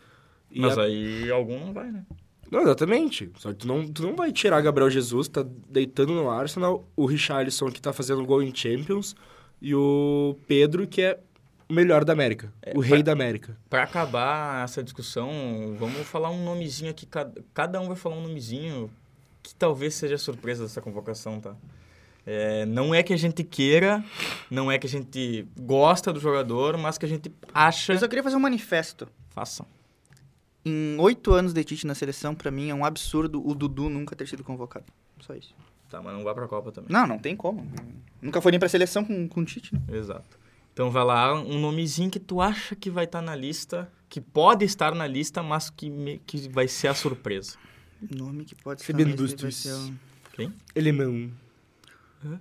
Speaker 3: E
Speaker 2: Mas
Speaker 3: a-
Speaker 2: aí algum não vai, né?
Speaker 3: Não, exatamente. Só que tu não, tu não vai tirar Gabriel Jesus, tá deitando no Arsenal, o Richarlison que tá fazendo gol em Champions, e o Pedro que é o melhor da América. o rei da América.
Speaker 2: Pra acabar essa discussão, vamos falar um nomezinho aqui. ca- Cada um vai falar um nomezinho que talvez seja surpresa dessa convocação, tá? É, não é que a gente queira, não é que a gente gosta do jogador, mas que a gente
Speaker 1: Eu
Speaker 2: acha.
Speaker 1: só queria fazer um manifesto.
Speaker 2: Façam.
Speaker 1: Em oito anos de Tite na seleção, pra mim é um absurdo o Dudu nunca ter sido convocado. Só isso.
Speaker 2: Tá, mas não vai pra Copa também.
Speaker 1: Não, não tem como. Nunca foi nem pra seleção com, com o Tite. né?
Speaker 2: Exato. Então vai lá, um nomezinho que tu acha que vai estar na lista, que pode estar na lista, mas que, me- que vai ser a surpresa.
Speaker 1: Nome que pode ser.
Speaker 3: Fabiano
Speaker 1: nesse vai
Speaker 3: Bustos.
Speaker 1: ser um-
Speaker 3: Ele é meu.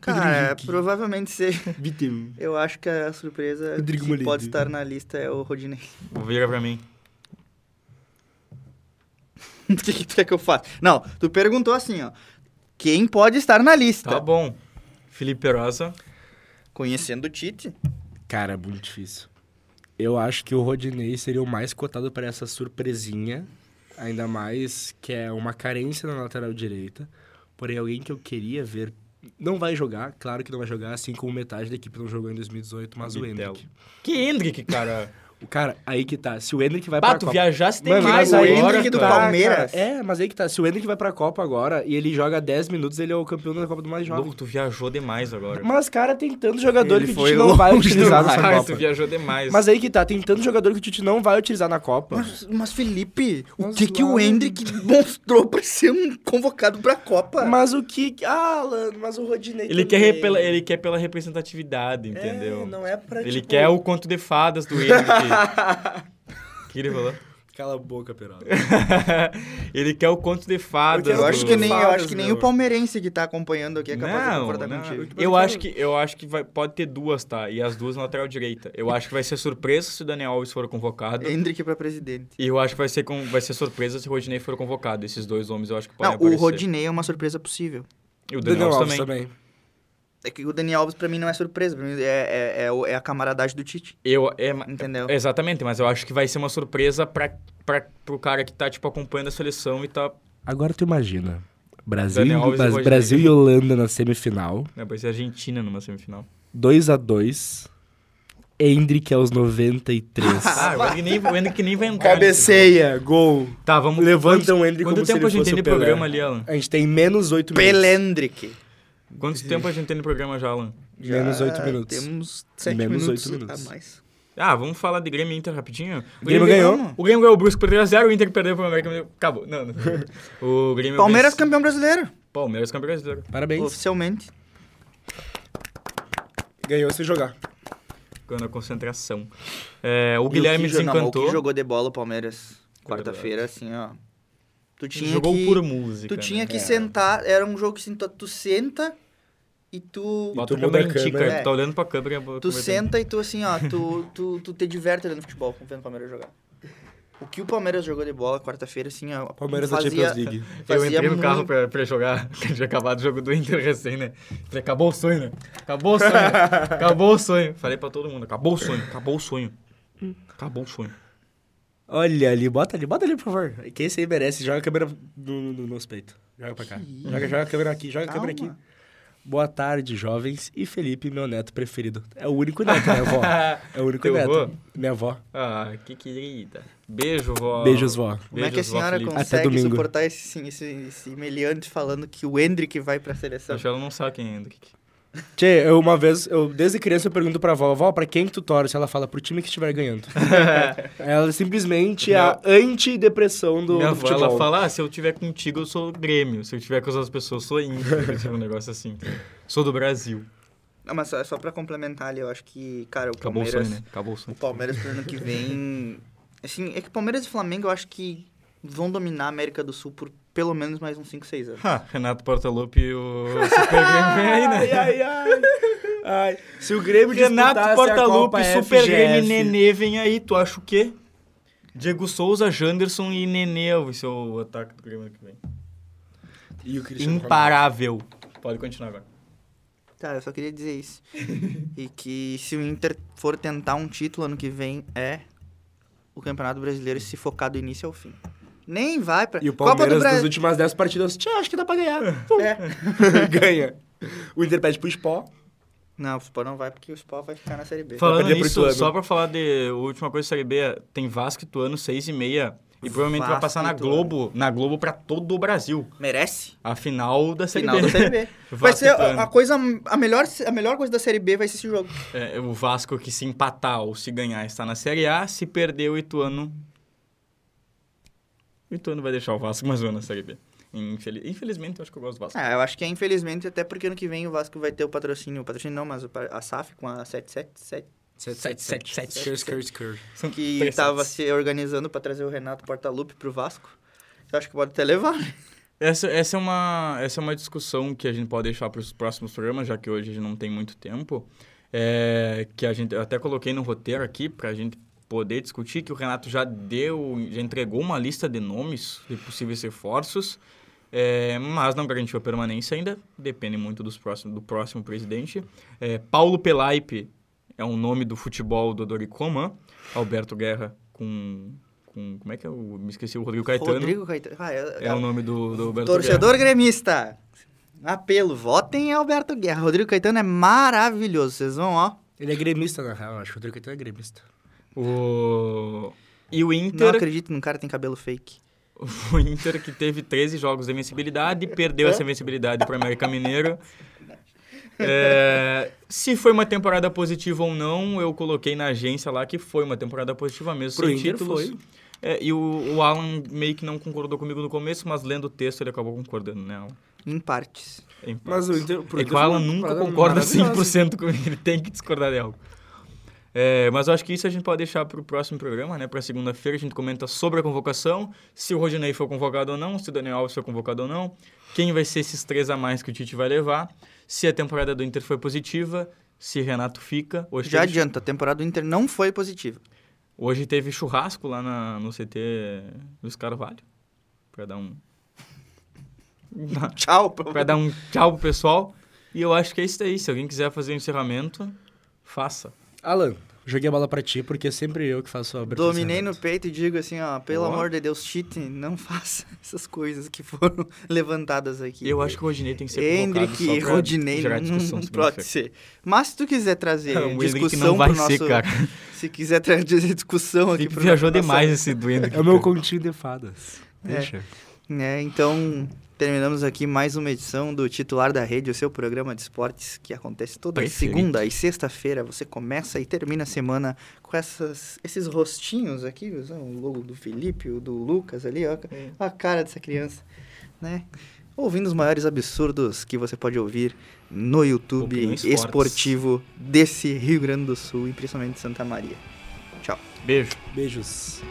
Speaker 1: Cara, é
Speaker 3: Henrique.
Speaker 1: provavelmente ser.
Speaker 3: Viteu.
Speaker 1: Eu acho que a surpresa
Speaker 3: Rodrigo
Speaker 1: que
Speaker 3: Molina.
Speaker 1: pode estar na lista é o Rodinei.
Speaker 2: Vira pra mim.
Speaker 1: O que, que tu quer que eu faça? Não, tu perguntou assim, ó. Quem pode estar na lista?
Speaker 2: Tá bom. Felipe Perosa.
Speaker 1: Conhecendo o Tite,
Speaker 3: Cara, é muito difícil. Eu acho que o Rodinei seria o mais cotado para essa surpresinha, ainda mais que é uma carência na lateral direita. Porém, alguém que eu queria ver não vai jogar, claro que não vai jogar, assim como metade da equipe não jogou em 2018, mas o
Speaker 2: Vitello.
Speaker 3: Hendrick.
Speaker 2: Que Hendrick, cara.
Speaker 3: O cara, aí que tá. Se o Hendrick vai pra
Speaker 2: Pato,
Speaker 3: Copa.
Speaker 2: viajasse tem
Speaker 3: Mano,
Speaker 2: mais
Speaker 3: mas aí
Speaker 2: agora,
Speaker 1: Hendrick do
Speaker 2: cara.
Speaker 1: Palmeiras.
Speaker 3: cara, é, mas aí que tá. Se o Hendrick vai pra Copa agora e ele joga 10 minutos, ele é o campeão da Copa do Mais Jovem.
Speaker 2: Louco, tu viajou demais agora.
Speaker 3: Mas, cara, tem tanto jogador
Speaker 1: Ele
Speaker 3: que o
Speaker 1: foi
Speaker 3: Tite não vai
Speaker 1: longe
Speaker 3: utilizar
Speaker 1: demais.
Speaker 3: nessa
Speaker 2: Cara, Ah, tu
Speaker 3: Copa.
Speaker 2: viajou demais.
Speaker 3: Mas aí que tá, tem tanto jogador que o Tite não vai utilizar na Copa.
Speaker 1: Mas, mas, né? Felipe, o
Speaker 3: Mas
Speaker 1: que, que o
Speaker 3: lá-
Speaker 1: Hendrick mostrou pra ser um convocado pra Copa?
Speaker 3: Mas o que. Ah, Alan, mas o Rodinei.
Speaker 2: ele, quer
Speaker 3: também.
Speaker 2: re- pela, ele quer pela representatividade, entendeu?
Speaker 3: É, não é pra.
Speaker 2: ele
Speaker 3: tipo,
Speaker 2: quer o conto de fadas do Hendrick. O que ele falou?
Speaker 3: Cala a boca, Peralta.
Speaker 2: ele quer o conto de fadas.
Speaker 1: eu acho
Speaker 2: do-
Speaker 1: que nem, eu acho
Speaker 3: Fadas,
Speaker 1: que nem
Speaker 3: meu.
Speaker 1: o palmeirense que tá acompanhando aqui é capaz de
Speaker 2: Não,
Speaker 1: concordar
Speaker 2: não.
Speaker 1: contigo.
Speaker 3: tipo,
Speaker 2: Eu acho que, eu acho que vai, pode ter duas, tá? E as duas na lateral direita. Eu acho que vai ser surpresa se o Daniel Alves for convocado.
Speaker 1: Hendrick pra presidente.
Speaker 2: E eu acho que vai ser, com, vai ser surpresa se o Rodinei for convocado. Esses dois homens eu acho que podem
Speaker 1: Não, o
Speaker 2: aparecer.
Speaker 1: Rodinei é uma surpresa possível.
Speaker 2: E o Daniel, Alves também.
Speaker 1: É que o Dani Alves pra mim não é surpresa, pra mim é, é, é, o- é a camaradagem do Tite,
Speaker 2: Eu, é, ma-
Speaker 1: entendeu?
Speaker 2: exatamente, mas eu acho que vai ser uma surpresa pra, pra, pro cara que tá, tipo, acompanhando a seleção e tá...
Speaker 3: Agora tu imagina. Brasil,
Speaker 2: Daniel Alves e
Speaker 3: Bras-
Speaker 2: Rodinei.
Speaker 3: Brasil e Holanda na semifinal.
Speaker 2: Né, vai ser a Argentina numa semifinal.
Speaker 3: 2x2. Hendrick aos 93.
Speaker 2: Ah, o Henrique nem, o Henrique nem vai entrar.
Speaker 3: Cabeceia, gol.
Speaker 2: nisso. Tá, vamos...
Speaker 3: Levanta o Henrique
Speaker 2: Quanto, quanto
Speaker 3: como se
Speaker 2: tempo
Speaker 3: ele
Speaker 2: a gente
Speaker 3: fosse
Speaker 2: tem
Speaker 3: o
Speaker 2: de
Speaker 3: Pelé.
Speaker 2: programa ali, Alan?
Speaker 3: A gente tem menos 8 minutos.
Speaker 1: Pelendrick.
Speaker 2: Quanto tempo a gente tem de programa já, Alan?
Speaker 3: Menos
Speaker 1: Já
Speaker 3: oito minutos.
Speaker 1: Temos sete
Speaker 3: Menos
Speaker 1: minutos,
Speaker 3: oito minutos.
Speaker 1: a mais.
Speaker 2: Ah, vamos falar de Grêmio e Inter rapidinho?
Speaker 3: O Grêmio ganhou.
Speaker 2: O Grêmio ganhou o Brusco por 3x0, o Inter perdeu pro América Mineiro. Acabou. Não, não. O Grêmio
Speaker 1: Palmeiras
Speaker 2: vence-
Speaker 1: campeão brasileiro,
Speaker 2: Palmeiras campeão
Speaker 3: É
Speaker 2: brasileiro.
Speaker 3: Parabéns.
Speaker 1: oficialmente.
Speaker 3: Ganhou sem jogar.
Speaker 2: ficando a concentração. É, o Guilherme desencantou. É
Speaker 1: que jogou de bola o Palmeiras quarta-feira, assim, ó. Tu tinha
Speaker 2: jogou
Speaker 1: que,
Speaker 2: por música.
Speaker 1: Tu tinha
Speaker 2: né?
Speaker 1: que
Speaker 2: É.
Speaker 1: sentar, era um jogo que assim, tu, tu senta e tu...
Speaker 2: Bota
Speaker 3: tu
Speaker 2: o mundo
Speaker 3: muda a
Speaker 2: em ti,
Speaker 3: câmera.
Speaker 2: cara. Tu tá olhando pra câmera e a boca
Speaker 1: é. Tu
Speaker 2: vai-
Speaker 1: senta e tu assim, ó, tu, tu, tu te diverte olhando futebol, vendo o Palmeiras jogar. O que o Palmeiras jogou de bola quarta-feira, assim, ó.
Speaker 3: Palmeiras
Speaker 1: fazia,
Speaker 3: da Champions League.
Speaker 2: Eu
Speaker 1: fazia
Speaker 2: entrei no
Speaker 1: muito-
Speaker 2: carro pra, pra jogar, que tinha acabado o jogo do Inter recém, né? Falei, acabou o sonho, né? Acabou o sonho, né? acabou o sonho. Falei pra todo mundo, acabou o sonho, acabou o sonho. Acabou o sonho.
Speaker 3: Olha ali, bota ali, bota ali, por favor. Quem esse aí merece, joga a câmera no, no, no nosso peito. Joga pra cá.
Speaker 1: Que
Speaker 3: Joga, joga a câmera aqui, joga a câmera
Speaker 1: Calma.
Speaker 3: aqui. Boa tarde, jovens. E Felipe, meu neto preferido. É o único neto, né, vó? É o único
Speaker 2: Teu
Speaker 3: neto.
Speaker 2: vô?
Speaker 3: Minha avó.
Speaker 2: Ah, que querida. Beijo, vó.
Speaker 3: Beijos, vó.
Speaker 1: Como é que a
Speaker 2: Beijos, vó
Speaker 1: senhora
Speaker 2: Felipe.
Speaker 3: Até
Speaker 1: consegue
Speaker 3: domingo.
Speaker 1: suportar esse, assim, esse, esse meliante falando que o Hendrick vai pra seleção?
Speaker 2: Acho que ela não sabe quem é do que que-
Speaker 3: Tchê, eu uma vez, eu, desde criança eu pergunto pra vó, vó, pra quem que tu torce? Ela fala, pro time que estiver ganhando. ela simplesmente é a antidepressão do,
Speaker 2: Minha
Speaker 3: do
Speaker 2: avó,
Speaker 3: futebol.
Speaker 2: ela fala, ah, se eu tiver contigo, eu sou Grêmio. Se eu tiver com as outras pessoas, eu sou Inter. tipo, um negócio assim. Sou do Brasil.
Speaker 1: Não, mas só, só pra complementar ali, eu acho que, cara, o
Speaker 2: Acabou o
Speaker 1: Palmeiras...
Speaker 2: sonho, né? Acabou o
Speaker 1: O
Speaker 2: sonho.
Speaker 1: Palmeiras pro ano que vem... Assim, é que Palmeiras e Flamengo eu acho que vão dominar a América do Sul por pelo menos mais uns 5, 6 anos.
Speaker 2: Ah, Renato Portaluppi e o Super Grêmio vem aí, né?
Speaker 3: Ai, ai, ai. Ai, Se o Grêmio disputasse
Speaker 2: Renato
Speaker 3: a Copa é
Speaker 2: Portaluppi, Super
Speaker 3: FGF,
Speaker 2: Grêmio e Nenê, vem aí. Tu acha o quê? Diego Souza, Janderson e Nenê. Esse é o ataque do Grêmio que vem.
Speaker 3: E o Cristiano
Speaker 2: Imparável. Pode continuar agora.
Speaker 1: Tá, eu só queria dizer isso. e que se o Inter for tentar um título ano que vem, é o Campeonato Brasileiro se focar do início ao fim. Nem vai pra.
Speaker 3: E o Palmeiras
Speaker 1: Copa
Speaker 3: nas
Speaker 1: do
Speaker 3: últimas 10 partidas, tchê, acho que dá pra ganhar. Pum.
Speaker 1: Brasil. É.
Speaker 3: Ganha. O Inter pede pro Spó.
Speaker 1: Não, o Sport não vai porque o Sport vai ficar na Série B.
Speaker 2: Falando
Speaker 3: perder pro
Speaker 2: nisso,
Speaker 3: Ituano.
Speaker 2: só pra falar de a última coisa da Série B, tem Vasco e Tuano, 6 e meia. E provavelmente vai
Speaker 1: Vasco
Speaker 2: passar
Speaker 1: e
Speaker 2: na
Speaker 1: Ituano.
Speaker 2: Globo, na Globo pra todo o Brasil.
Speaker 1: Merece?
Speaker 2: A final da Série
Speaker 1: Final
Speaker 2: B. né?
Speaker 1: da Série B. Vai
Speaker 2: Vasco e
Speaker 1: ser a,
Speaker 2: Ituano.
Speaker 1: a coisa. A melhor, a melhor coisa da Série B vai ser esse jogo.
Speaker 2: É, o Vasco que se empatar ou se ganhar está na Série A, se perder o Ituano... O Ituano vai deixar o Vasco mais um ano na Série B. Infeli- Infelizmente, eu acho que eu gosto do Vasco.
Speaker 1: Ah, eu acho que é infelizmente, até porque ano que vem o Vasco vai ter o patrocínio. O patrocínio não, mas o pa- a SAF com a 777.
Speaker 2: Sete, sete, sete.
Speaker 3: Skirt, skirt, skirt.
Speaker 2: São
Speaker 1: Que
Speaker 2: três
Speaker 1: tava
Speaker 2: sets.
Speaker 1: se organizando pra trazer o Renato Portaluppi pro Vasco. Eu acho que pode até levar, né?
Speaker 2: Essa, essa, é uma, essa é uma discussão que a gente pode deixar para os próximos programas, já que hoje a gente não tem muito tempo. É, que a gente eu até coloquei no roteiro aqui para a gente poder discutir que o Renato já deu, já entregou uma lista de nomes de possíveis reforços, é, mas não garantiu a permanência ainda. Depende muito dos próximos, do próximo presidente. É, Paulo Pelaipe é um nome do futebol do Doricoman. Alberto Guerra com, com como é que é? O, me esqueci o Rodrigo Caetano.
Speaker 1: Rodrigo Caetano. Ah, é-
Speaker 2: É o nome do, do Alberto
Speaker 1: Torcedor gremista. Apelo, votem em Alberto Guerra. Rodrigo Caetano é maravilhoso. Vocês vão, ó.
Speaker 3: Ele é gremista, na real. Acho que o Rodrigo Caetano é gremista.
Speaker 2: Guerra. O... E o
Speaker 1: Não
Speaker 2: Inter,
Speaker 1: acredito num cara que tem cabelo fake.
Speaker 2: o Inter que teve 13 jogos de invencibilidade, perdeu essa invencibilidade para o América Mineiro. É, se foi uma temporada positiva ou não, eu coloquei na agência lá que foi uma temporada positiva mesmo,
Speaker 3: Pro
Speaker 2: sem
Speaker 3: Inter
Speaker 2: títulos.
Speaker 3: foi.
Speaker 2: É, e o, o Alan meio que não concordou comigo no começo, mas lendo o texto ele acabou concordando, né? Alan?
Speaker 1: Em partes.
Speaker 2: Em
Speaker 3: Mas o Inter... pro
Speaker 2: É
Speaker 3: Inter
Speaker 2: que o Alan
Speaker 3: foi uma
Speaker 2: nunca
Speaker 3: parada
Speaker 2: concorda
Speaker 3: maravilhosa.
Speaker 2: 100% comigo, ele tem que discordar de algo. É, mas eu acho que isso a gente pode deixar para o próximo programa, né? Para segunda-feira a gente comenta sobre a convocação, se o Rodinei foi convocado ou não, se o Daniel Alves foi convocado ou não, quem vai ser esses três a mais que o Tite vai levar, se a temporada do Inter foi positiva, se Renato fica. Hoje,
Speaker 1: Já
Speaker 2: teve,
Speaker 1: adianta, a temporada do Inter não foi positiva.
Speaker 2: hoje teve churrasco lá na- no CT Luiz Carvalho, para dar um...
Speaker 1: Tchau,
Speaker 2: Pra dar um tchau pro pessoal. E eu acho que é isso daí. Se alguém quiser fazer um encerramento, faça.
Speaker 3: Alan, joguei a bola pra ti, porque é sempre eu que faço a abertura.
Speaker 1: Dominei no peito e digo assim, ó, pelo
Speaker 2: Ó.
Speaker 1: amor de Deus, Tite, não faça essas coisas que foram levantadas aqui.
Speaker 2: Eu acho que o Rodinei tem que ser convocado
Speaker 1: Hendrick e
Speaker 2: só pra
Speaker 1: Rodinei
Speaker 2: gerar
Speaker 1: não,
Speaker 2: discussão
Speaker 1: não
Speaker 2: sobre
Speaker 1: pode
Speaker 2: isso.
Speaker 1: ser. Mas se tu quiser trazer
Speaker 2: Cara, o Hendrick
Speaker 1: discussão
Speaker 2: não vai
Speaker 1: pro nosso...
Speaker 2: ser, cara.
Speaker 1: Se quiser trazer discussão aqui
Speaker 2: Felipe
Speaker 1: pro
Speaker 2: viajou
Speaker 1: nosso-
Speaker 2: demais esse do Hendrick.
Speaker 3: É o meu
Speaker 2: cara.
Speaker 3: continho de fadas.
Speaker 1: É.
Speaker 3: Deixa.
Speaker 1: né? Então, terminamos aqui mais uma edição do Titular da Rede, o seu programa de esportes que acontece toda
Speaker 2: Preferido.
Speaker 1: segunda e sexta-feira. Você começa e termina a semana com essas, esses rostinhos aqui, usando o logo do Felipe, o do Lucas ali, ó,
Speaker 2: É.
Speaker 1: a cara dessa criança, né? Ouvindo os maiores absurdos que você pode ouvir no YouTube
Speaker 2: Opiniões fortes.
Speaker 1: esportivo desse Rio Grande do Sul e principalmente Santa Maria. Tchau.
Speaker 2: Beijo.
Speaker 3: Beijos.